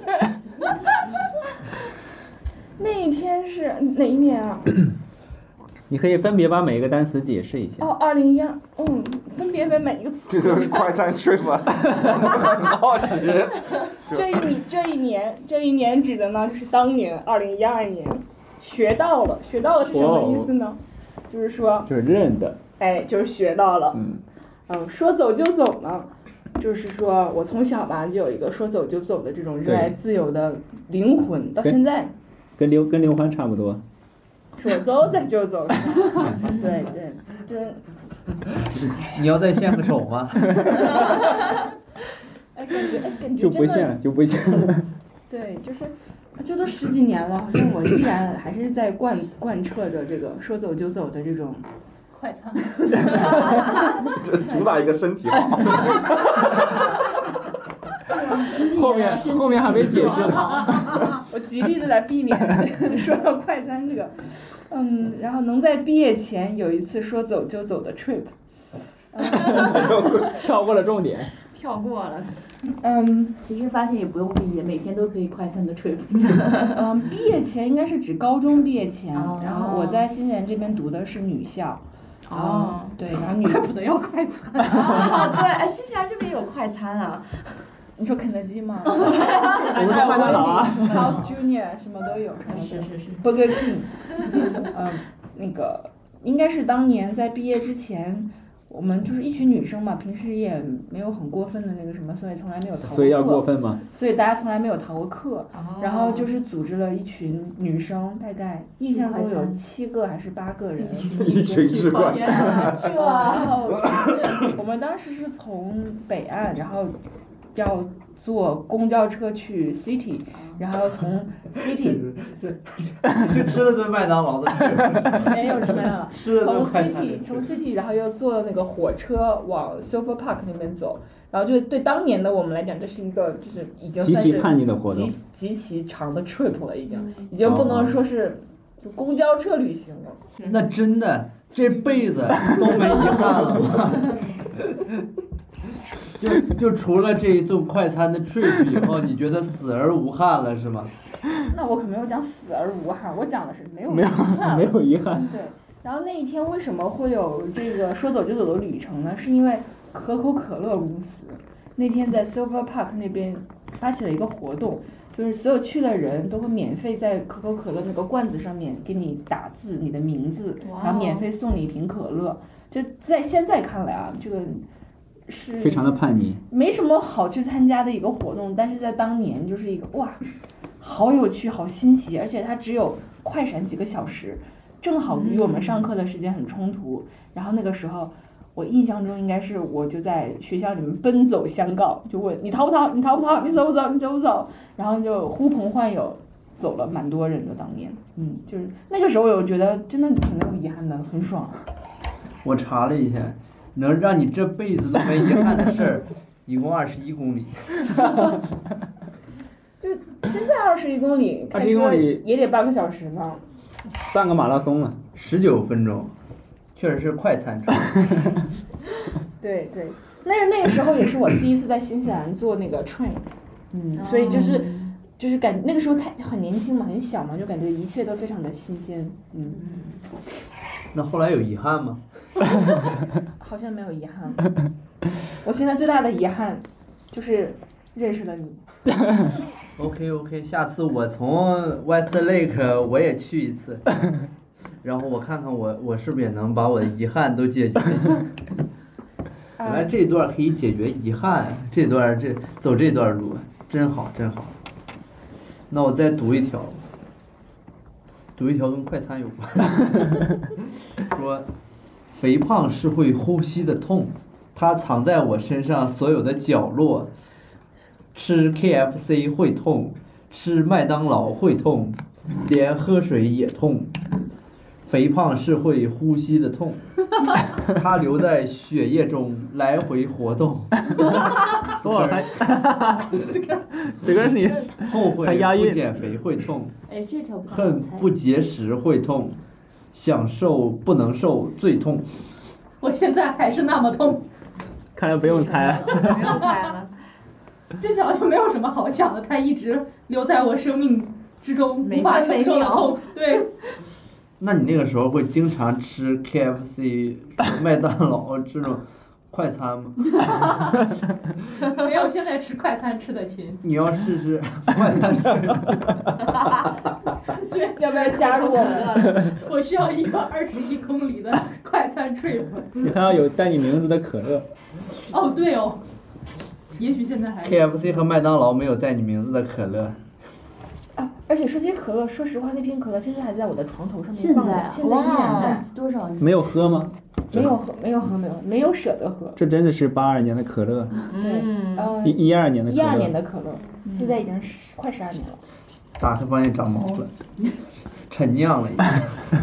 S2: 那一天是哪一年啊？
S1: 你可以分别把每一个单词解释一下。
S2: 哦，二零一二。嗯，分别为每一个词。
S4: 这就是快餐吃吗？很好奇，
S2: 这一这一年，这一年指的呢，就是当年二零一二年，学到了，学到了是什么意思呢？就是说，
S1: 就是认的，
S2: 哎，就是学到了。
S1: 嗯，
S2: 嗯，说走就走呢，就是说我从小吧就有一个说走就走的这种热爱
S1: 对
S2: 自由的灵魂，到
S1: 跟
S2: 现在
S1: 跟刘跟刘欢差不多。
S2: 说走再就走，是 吧对对，真
S8: 你要再献个丑 吗？
S2: 哎感觉哎感觉
S1: 就不
S2: 真
S1: 信
S2: 的
S1: 了，就不信了。
S2: 对，就是这都十几年了，好像我依然还是在贯贯彻着这个说走就走的这种
S5: 快餐，
S4: 这主打一个身体好，
S1: 后面后面还没解释呢。
S2: 我极力的来避 免说到快餐这个，嗯，然后能在毕业前有一次说走就走的 trip，
S1: 跳过了重点。
S6: 跳过了，
S2: 嗯
S3: 其实发现也不用毕业，每天都可以快餐的 trip。
S2: 嗯，毕业前应该是指高中毕业前，
S3: 哦
S2: 然后我在新西兰这边读的是女校，
S3: 哦
S2: 嗯，对，然 后女，
S5: 怪不得要 快餐。
S6: 啊对，哎新西兰这边有快餐啊，
S2: 你说肯德基 吗？
S1: 我们上麦当劳啊，
S2: House Junior 什么都有，什么
S3: 是是。
S2: 都有 Burger King，嗯，那个应该是当年在毕业之前。我们就是一群女生嘛，平时也没有很过分的那个什么，所以从来没有逃过课。
S1: 所以要过分吗？
S2: 所以大家从来没有逃过课。然后就是组织了一群女生，大概印象中有七个还是八个 人。
S4: 一群之怪。
S2: 这，然后我们当时是从北岸，然后要坐公交车去 City，然后从 City
S8: 去吃了顿麦当劳的 trip，
S2: 没有什么了。
S8: 吃了
S2: 从
S8: 顿快餐的
S2: City 从
S8: trip。
S2: City，然后又坐那个火车往 Silver Park 那边走，然后就对当年的我们来讲，这是一个就是已经
S1: 极
S2: 算
S1: 其
S2: 是
S1: 叛逆的活动哦
S2: 极。极其长的 trip 了，已经
S3: 嗯
S2: 已经不能说是就公交车旅行了。
S8: 那真的这辈子都没遗憾了吗？就就除了这一顿快餐的 trip 以后，你觉得死而无憾了是吗？
S2: 那我可没有讲死而无憾，我讲的是没有
S1: 没有
S2: 遗憾
S1: 没有遗憾。
S2: 对，
S9: 然后那一天为什么会有这个说走就走的旅程呢？是因为可口可乐公司那天在 Silver Park 那边发起了一个活动，就是所有去的人都会免费在可口可乐那个罐子上面给你打字你的名字，然后
S8: 哦
S9: 免费送你一瓶可乐。就在现在看来啊，这个是
S1: 非常的叛逆。
S9: 没什么好去参加的一个活动，但是在当年就是一个哇，好有趣，好新奇，而且它只有快闪几个小时，正好与我们上课的时间很冲突。然后那个时候，我印象中应该是我就在学校里面奔走相告，就问你逃不逃，你逃不逃，你走不走，你走不走，然后就呼朋唤友。走了蛮多人的，当年，嗯，就是那个时候，我觉得真的挺没有遗憾的，很爽。
S8: 我查了一下，能让你这辈子都没遗憾的事儿，一共二十一公里。
S9: 现在二十一公里，开
S1: 21
S9: 车
S1: 公里
S9: 也得半个小时吧。
S1: 半个马拉松了，
S8: 十九分钟，确实是快餐车。
S9: 对对，那那个时候也是我第一次在新西兰坐那个 train，嗯，所以就是就是感那个时候太很年轻嘛，很小嘛，就感觉一切都非常的新鲜，嗯，
S8: 那后来有遗憾吗？
S9: 好像没有遗憾。 我现在最大的遗憾就是认识了你，
S8: OK OK，下次我从 West Lake 我也去一次，然后我看看我我是不是也能把我的遗憾都解决一下。原来这段可以解决遗憾，这段这走这段路真好真好。那我再读一条，读一条跟快餐有关，说肥胖是会呼吸的痛，它藏在我身上所有的角落。吃 KFC 会痛，吃麦当劳会痛，连喝水也痛。肥胖是会呼吸的痛，它留在血液中来回活动。
S1: 索尔还， 这个是你
S8: 后悔
S1: 还押韵
S8: 不减肥会痛，
S3: 哎，这条不好
S8: 恨
S3: 猜
S8: 不节食会痛，想瘦不能瘦最痛。
S3: 我现在还是那么痛，
S1: 看来不用猜。啊
S6: 不用猜了。
S5: 这条就没有什么好讲的，它一直留在我生命之中，
S6: 每
S5: 无法
S6: 分
S5: 承
S6: 每
S5: 受的
S6: 秒
S5: 痛。对，
S8: 那你那个时候会经常吃 KFC、麦当劳这种快餐吗？
S5: 没有现在吃快餐吃的勤。
S8: 你要试试快餐吃。
S5: 对，
S9: 要不要加入我们？
S5: 我需要一个二十一公里的快餐 trip。
S1: 你看到有带你名字的可乐，
S5: 哦，对哦，也许现在还有
S8: KFC 和麦当劳没有带你名字的可乐，
S2: 啊，而且说起可乐，说实话，那瓶可乐现在还在我的床头上
S3: 现
S2: 面放
S3: 在
S2: 着，
S3: 啊
S2: 现在依然在，
S3: 多少年？
S1: 没有喝吗？
S2: 没有喝，没有喝，没有喝没有舍得喝。
S1: 这真的是八二年的可乐，
S6: 嗯，
S2: 呃，
S1: 一一二年的可
S2: 一二年
S1: 乐，
S2: 的可乐，
S9: 嗯
S2: 现在已经十快十二年了。
S8: 打开发现长毛了， 陈酿了已经。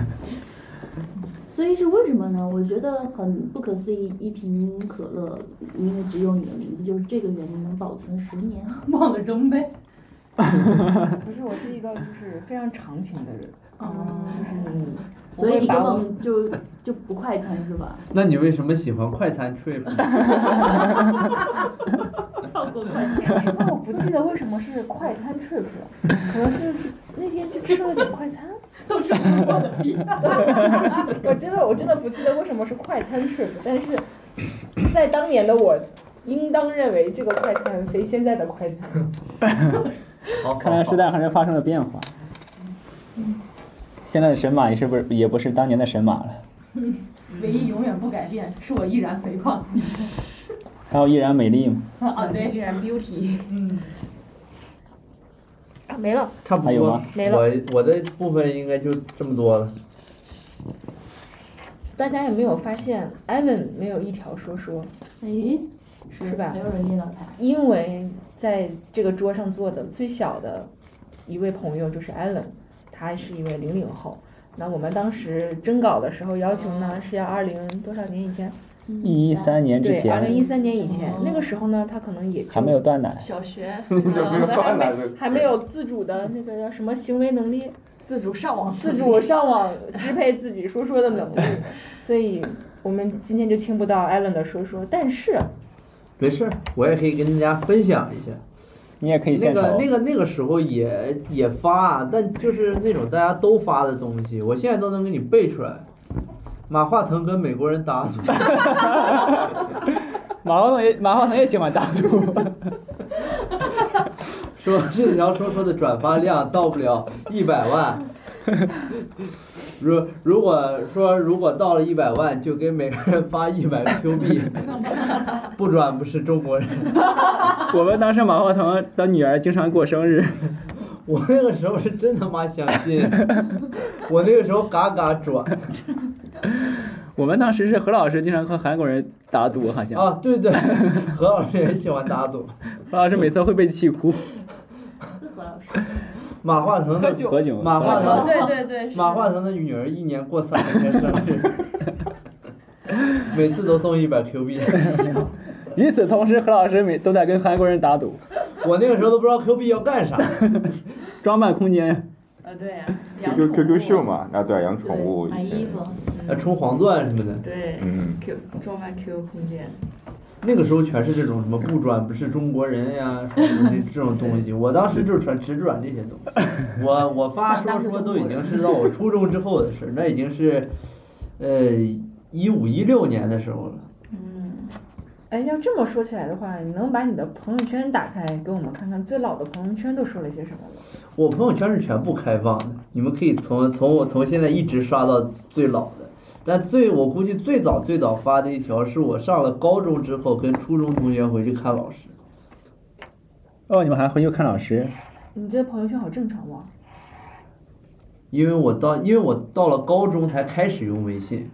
S3: 所以是为什么呢？我觉得很不可思议，一瓶可乐，因为只有你的名字，就是这个原因能保存十年。
S5: 忘了扔呗。
S2: 不是，我是一个就是非常长情的人，
S5: 哦，
S2: 嗯，
S3: 所以你根
S2: 把我
S3: 本就就不快餐是吧？
S8: 那你为什么喜欢快餐 trip？
S3: 跳过快餐，
S2: 那我不记得为什么是快餐 trip，了可能是那天去吃了点快餐。
S5: 都是我的 屁。
S2: 我真的我真的不记得为什么是快餐 trip，但是在当年的我，应当认为这个快餐非现在的快餐。
S8: 好，
S1: 看来时代还是发生了变化。现在的神马也是不是也不是当年的神马了，
S5: 唯一永远不改变，是我依然肥胖。
S1: 还有依然美丽嘛？
S5: 啊，对，
S9: 依然 beauty
S5: 嗯，
S2: 啊，没了，
S8: 差不
S1: 还有
S8: 多
S1: 吗，
S2: 没了
S8: 我我的部分应该就这么多了。
S2: 大家有没有发现 Allen 没有一条说说，
S3: 哎，
S2: 是吧
S3: 没有人念到他。
S2: 因为在这个桌上坐的最小的一位朋友就是 Allen，他是一位零零后。那我们当时征稿的时候要求
S9: 哦
S2: 呢是要二零多少年以前？
S1: 一三年之
S2: 对，二零
S1: 前
S2: 一三年以前。
S9: 哦
S2: 那个时候呢，他可能也就
S1: 还没有断奶，
S10: 小学
S4: 有没有断奶的？
S2: 嗯还没有自主的那个叫什么行为能力，
S10: 自主上网，
S2: 自主上网支配自己说说的能 力，所以我们今天就听不到 Allen 的说说。但是啊
S8: 没事儿，我也可以跟大家分享一下。
S1: 你也可以
S8: 那
S1: 献
S8: 个
S1: 丑。
S8: 那个那个时候也也发，但就是那种大家都发的东西，我现在都能给你背出来。马化腾跟美国人打赌，
S1: 马化腾也马化腾也喜欢打赌，
S8: 说这杨烁烁的转发量到不了一百万。如如果说如果到了一百万，就给每个人发一百个 Q 币，不转不是中国人。
S1: 我们当时马化腾的女儿经常过生日，
S8: 我那个时候是真他妈相信，我那个时候嘎嘎转
S1: 我们当时是何老师经常和韩国人打赌，好像
S8: 啊，对对，何老师也喜欢打赌，
S1: 何老师每次会被气哭。
S3: 何老师，
S8: 马化腾的
S1: 何炅，
S8: 马化
S5: 哦
S1: 啊
S8: 腾
S9: 对对对，是
S8: 马化腾的女儿一年过三十天生日，每次都送一百 Q 币。
S1: 与此同时，何老师每都在跟韩国人打赌，
S8: 我那个时候都不知道 Q 币要干啥。
S1: 装扮空间。
S9: 啊对呀、养
S4: QQ
S9: 宠物
S4: QQ 秀嘛，啊对，养宠物
S3: 买
S4: 以
S3: 衣
S4: 前，
S3: 服，
S8: 啊，充黄钻什么的，
S9: 对
S4: 嗯，
S9: Q 装扮 QQ 空间，
S8: 那个时候全是这种什么不转不是中国人呀，什么这这种东西。我当时就转只转这些东西。我我发说说都已经是到我初中之后的事儿，那已经是，呃，一五一六年的时候了。
S9: 嗯，
S2: 哎，要这么说起来的话，你能把你的朋友圈打开给我们看看，最老的朋友圈都说了些什么吗？
S8: 我朋友圈是全部开放的，你们可以从从我从现在一直刷到最老的。但最我估计最早最早发的一条是我上了高中之后跟初中同学回去看老师。
S1: 哦，你们还回去看老师？
S2: 你这朋友圈好正常吗？
S8: 因为我到，因为我到了高中才开始用微信。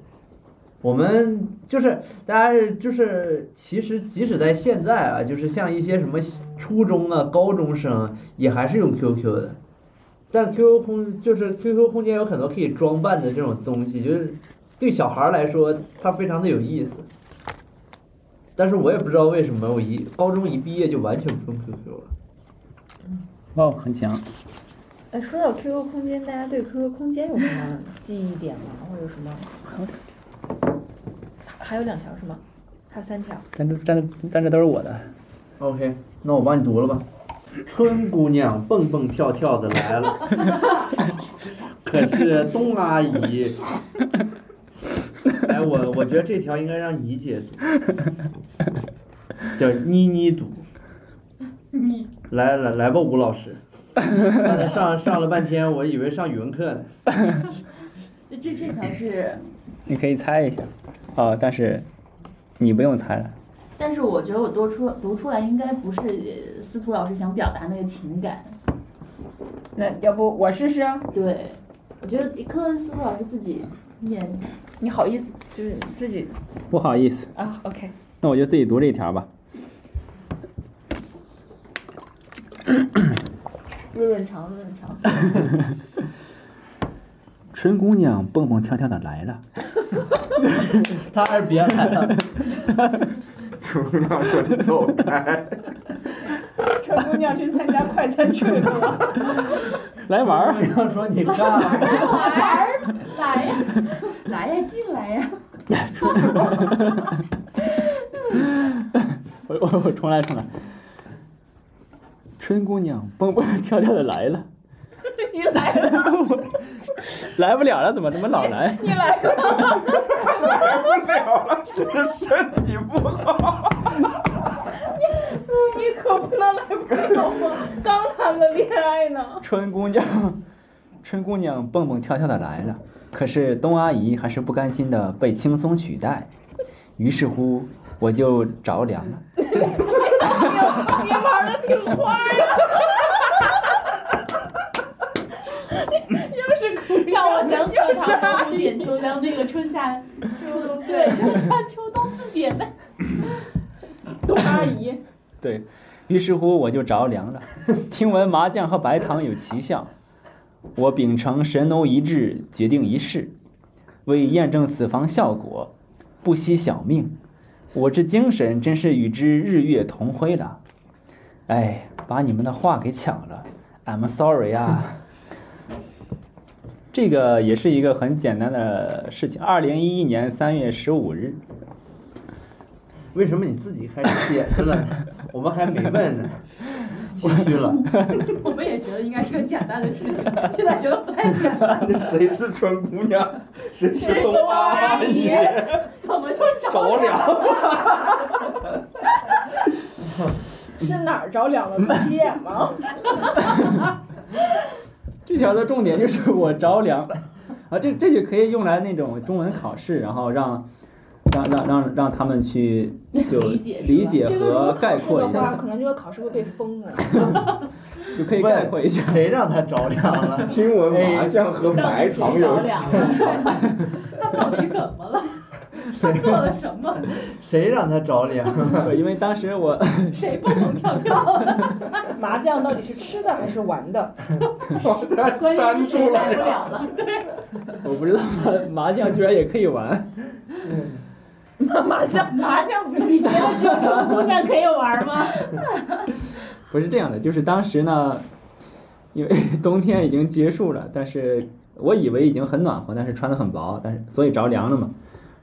S8: 我们就是大家是就是，其实即使在现在啊，就是像一些什么初中啊、高中生啊也还是用 QQ 的，但 QQ 空就是 QQ 空间有很多可以装扮的这种东西，就是对小孩儿来说它非常的有意思。但是我也不知道为什么我一高中一毕业就完全不用 QQ 了。
S1: 哦，很强。
S2: 哎，说到 QQ 空间，大家对 QQ 空间有什么记忆点吗？或者什么？还有两条是吗？还有三条。
S1: 但这但但这都是我的。
S8: OK，那我帮你读了吧。春姑娘蹦蹦跳跳的来了，可是冬阿姨，哎，我我觉得这条应该让你姐读，叫妮妮读。
S5: 你
S8: 来来来吧，吴老师。刚才上上了半天，我以为上语文课呢。
S3: 这这这条是，
S1: 你可以猜一下，哦，但是你不用猜了。
S3: 但是我觉得我多出读出来应该不是司徒老师想表达那个情感，
S9: 那要不我试试？
S3: 对，我觉得科司徒老师自己念，
S9: 你好意思就是自己
S1: 不好意思，
S9: 啊？OK，
S1: 那我就自己读这一条吧。
S3: 润润肠润润肠，
S1: 春姑娘蹦蹦跳跳的来了，
S8: 他还是别来了。
S4: 出让我走开，
S9: 春姑娘去参加快餐吃 了，
S1: 来玩儿。
S8: 不要说你干嘛，
S3: 来呀，来呀，进来呀，
S1: 我 我我重来重来。春姑娘蹦 蹦跳跳的来了，
S9: 你来了，
S1: 来不了了，怎么怎么老来？
S9: 你来了，
S4: 来不了了，身体不好。
S9: 你可不能来不了吗？刚谈的恋爱 呢，
S1: 春姑娘，春姑娘蹦蹦跳跳的来了，可是东阿姨还是不甘心的被轻松取代，于是乎我就着凉了。
S9: 你玩的挺快呀。又是姑
S3: 让我
S9: 娘，
S3: 想起了唐伯虎点秋香那个春夏秋冬，对，春夏秋冬四姐妹，
S9: 董阿姨，
S1: 对于是乎，我就着凉了。 听闻麻将和白糖有奇效，我秉承神农一致，决定一试。为验证此方效果，不惜小命。我这精神真是与之日月同辉了。哎，把你们的话给抢了，I'm sorry 啊。这个也是一个很简单的事情。二零一一年三月十五日，
S8: 为什么你自己开始解释了？我们还没问呢。心虚了。
S2: 我们也觉得应该是个简单的事情，现在觉得不
S5: 哎
S2: 太简单。
S4: 谁是春姑娘，谁
S2: 谁
S4: 是
S2: 是
S4: 冬
S2: 冬阿
S4: 阿
S2: 姨
S4: 姨？
S2: 怎么就
S4: 着凉，
S2: 是哪儿着凉了？鸡眼 吗？
S1: 这条的重点就是我着凉了啊，这这就可以用来那种中文考试，然后让让让让让他们去就
S3: 理解是吧
S1: 理解
S2: 这个如果
S1: 和
S2: 考
S1: 概
S2: 试
S1: 括
S2: 的
S1: 一
S2: 话，
S1: 下，
S2: 可能这个考试会被封了。
S1: 就可以概括一下。
S8: 谁让他着凉 了？
S4: 听闻麻将和埋藏有
S3: 到底谁着
S4: 此
S3: 凉
S2: 他到底怎么了？他做了什么？
S8: 谁让他着凉？
S1: 对，因为当时我
S2: 谁蹦蹦跳跳的？麻将到底是吃的还是玩的？
S3: 关键
S4: 粘
S3: 是谁
S4: 住
S3: 来
S4: 了
S3: 不了了，
S1: 我不知道麻麻将居然也可以玩，
S2: 麻将麻将不是
S3: 你觉得只有春姑娘可以玩吗？
S4: 嗯
S1: 不是这样的，就是当时呢，因为 冬天已经结束了，但是我以为已经很暖和，但是穿的很薄，但是所以着凉了嘛。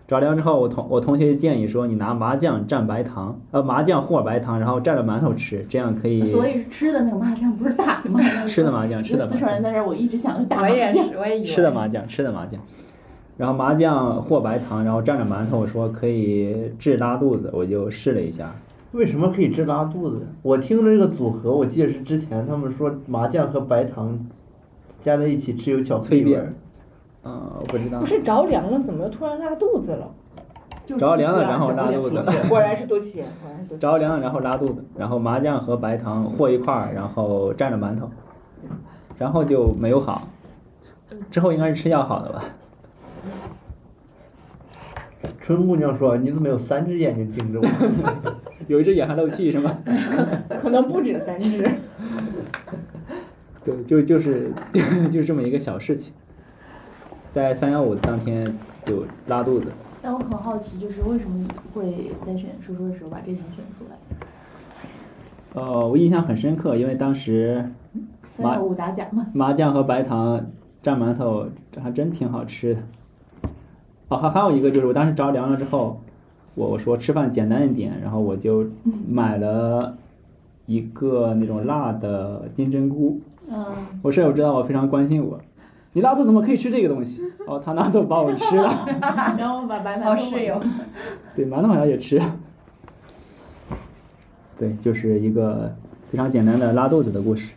S1: 着凉之后，我同我同学建议说，你拿麻酱蘸白糖，呃，麻酱和白糖，然后蘸着馒头吃，这样可以
S3: 所以是吃的那个麻将，不是打的麻将。
S1: 吃的麻酱，吃的麻
S3: 四川人
S1: 酱，
S3: 在这儿，我一直想着打麻
S2: 我也
S3: 将。
S2: 是，我也以为
S1: 吃的麻酱，吃的麻酱。然后麻酱和白糖，然后蘸着馒头，说可以治拉肚子，我就试了一下。
S8: 为什么可以治拉肚子？我听着这个组合，我记得是之前他们说麻酱和白糖加在一起吃有巧克力味儿。
S1: 嗯，我不知道
S2: 不，是着凉了，怎么突然拉肚子了？
S1: 着凉
S2: 啊
S1: 了然后拉肚子。
S2: 果然是多奇，果然 是多奇。
S1: 着凉了，然后拉肚子，然后麻酱和白糖和一块儿，然后蘸着馒头，然后就没有好。之后应该是吃药好的吧？
S8: 春姑娘说：“你怎么有三只眼睛盯着我
S1: 有一只眼还漏气是吗？
S2: 可能不止三只。
S1: 对，就就是 就就是这么一个小事情，在三幺五当天就拉肚子。
S3: 但我很好奇，就是为什么你会在选叔叔的时候把这条选出来？
S1: 呃，我印象很深刻，因为当时
S3: 三六五打假嘛，
S1: 麻酱和白糖蘸馒头，这还真挺好吃的。哦，还还有一个就是，我当时着凉了之后，我我说吃饭简单一点，然后我就买了一个那种辣的金针菇。
S3: 嗯，
S1: 我舍友知道我非常关心我，你拉肚子怎么可以吃这个东西？哦，他拿走把我吃了，
S3: 然后把 白馒头
S2: 室友，
S1: 对，馒头好像也吃了。对，就是一个非常简单的拉肚子的故事。？”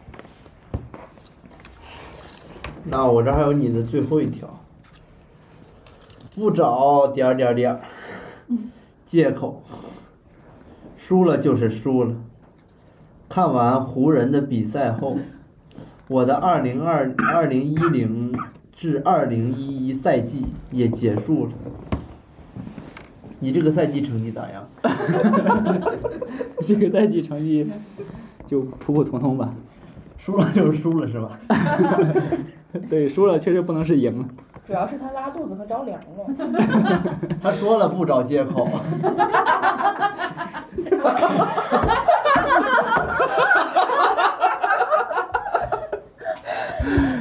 S8: 那我这还有你的最后一条，不找点儿点儿点儿，借口，输了就是输了。看完湖人的比赛后，我的二零二二零一零至二零一一赛季也结束了。你这个赛季成绩咋样？
S1: 这个赛季成绩就普普通通吧。
S8: 输了就是输了是吧？
S1: 对，输了确实不能是赢。
S2: 主要是他拉肚子和着凉了。
S8: 他说了不找借口。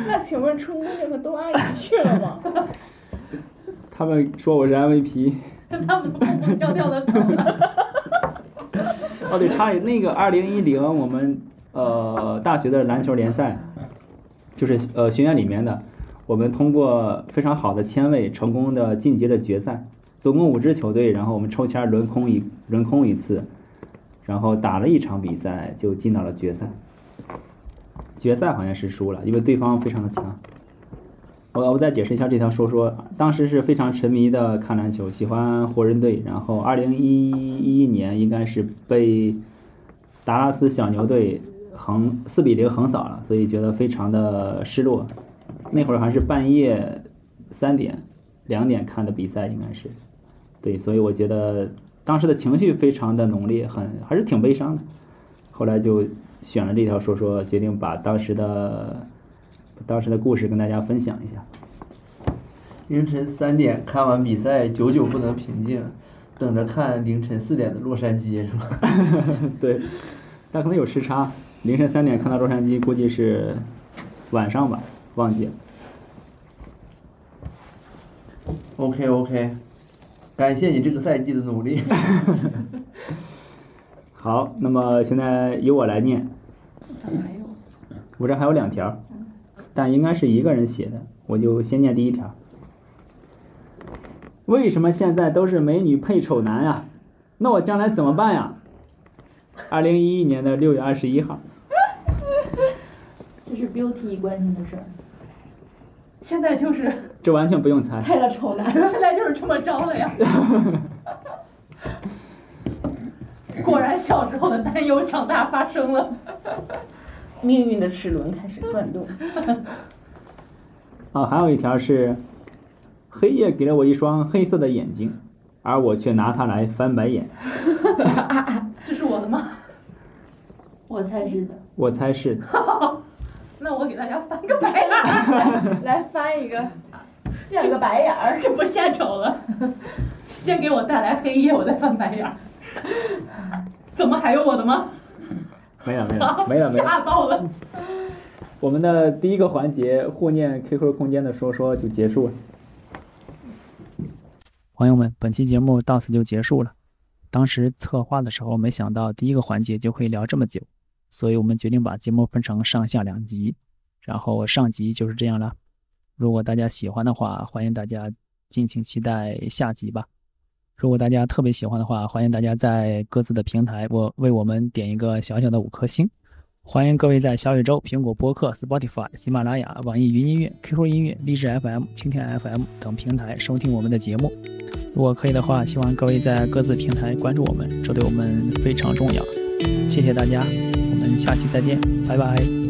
S2: 那请问春姑娘和冬阿姨去 了吗？
S1: 他们说我是 MVP，
S5: 他们都蹦蹦跳跳的走了。
S1: 哦对，插一那个二零一零我们呃大学的篮球联赛，就是呃学院里面的，我们通过非常好的签位，成功的晋级了决赛，总共五支球队，然后我们抽签轮空一轮空一次，然后打了一场比赛就进到了决赛，决赛好像是输了，因为对方非常的强。我我再解释一下这条说说，当时是非常沉迷的看篮球，喜欢湖人队，然后二零一一年应该是被达拉斯小牛队横四比零横扫了，所以觉得非常的失落。那会儿还是半夜三点、两点看的比赛，应该是对，所以我觉得当时的情绪非常的浓烈，很还是挺悲伤的。后来就选了这条说说，决定把当时的当时的故事跟大家分享一下。
S8: 凌晨三点看完比赛，久久不能平静，等着看凌晨四点的洛杉矶是吧？
S1: 对，但可能有时差，凌晨三点看到洛杉矶，估计是晚上吧，忘记了。
S8: OK OK，感谢你这个赛季的努力。
S1: 好，那么现在由我来念。
S5: 哎
S2: 还有
S11: 我这还有两条，但应该是一个人写的，我就先念第一条。为什么现在都是美女配丑男呀？那我将来怎么办呀？二零一一年的六月二十一号，
S3: 这是 beauty 关心的事儿。
S5: 现在就是
S11: 这完全不用猜。
S2: 配了丑男，
S5: 现在就是这么着了呀。果然，小时候的担忧长大发生了。
S2: 命运的齿轮开始转动。
S11: 啊，还有一条是，黑夜给了我一双黑色的眼睛，而我却拿它来翻白眼。
S5: 这是我的吗？
S3: 我猜是的，
S11: 我猜是
S5: 那我给大家翻个白眼儿，
S12: 来翻一个，
S3: 这个白眼儿。
S5: 这不献丑了。先给我带来黑夜，我再翻白眼儿。怎么还有我的吗？
S11: 没了没了没了 没了。
S5: 吓到了。
S11: 我们的第一个环节互念 QQ 空间的说说就结束了。朋友们，本期节目到此就结束了。当时策划的时候，没想到第一个环节就会聊这么久，所以我们决定把节目分成上下两集，然后上集就是这样了。如果大家喜欢的话，欢迎大家敬请期待下集吧。如果大家特别喜欢的话，欢迎大家在各自的平台我为我们点一个小小的五颗星。欢迎各位在小宇宙、苹果播客、Spotify、喜马拉雅、网易云音乐、QQ 音乐、荔枝 FM、蜻蜓 FM 等平台收听我们的节目。如果可以的话，希望各位在各自平台关注我们，这对我们非常重要。谢谢大家，我们下期再见，拜拜。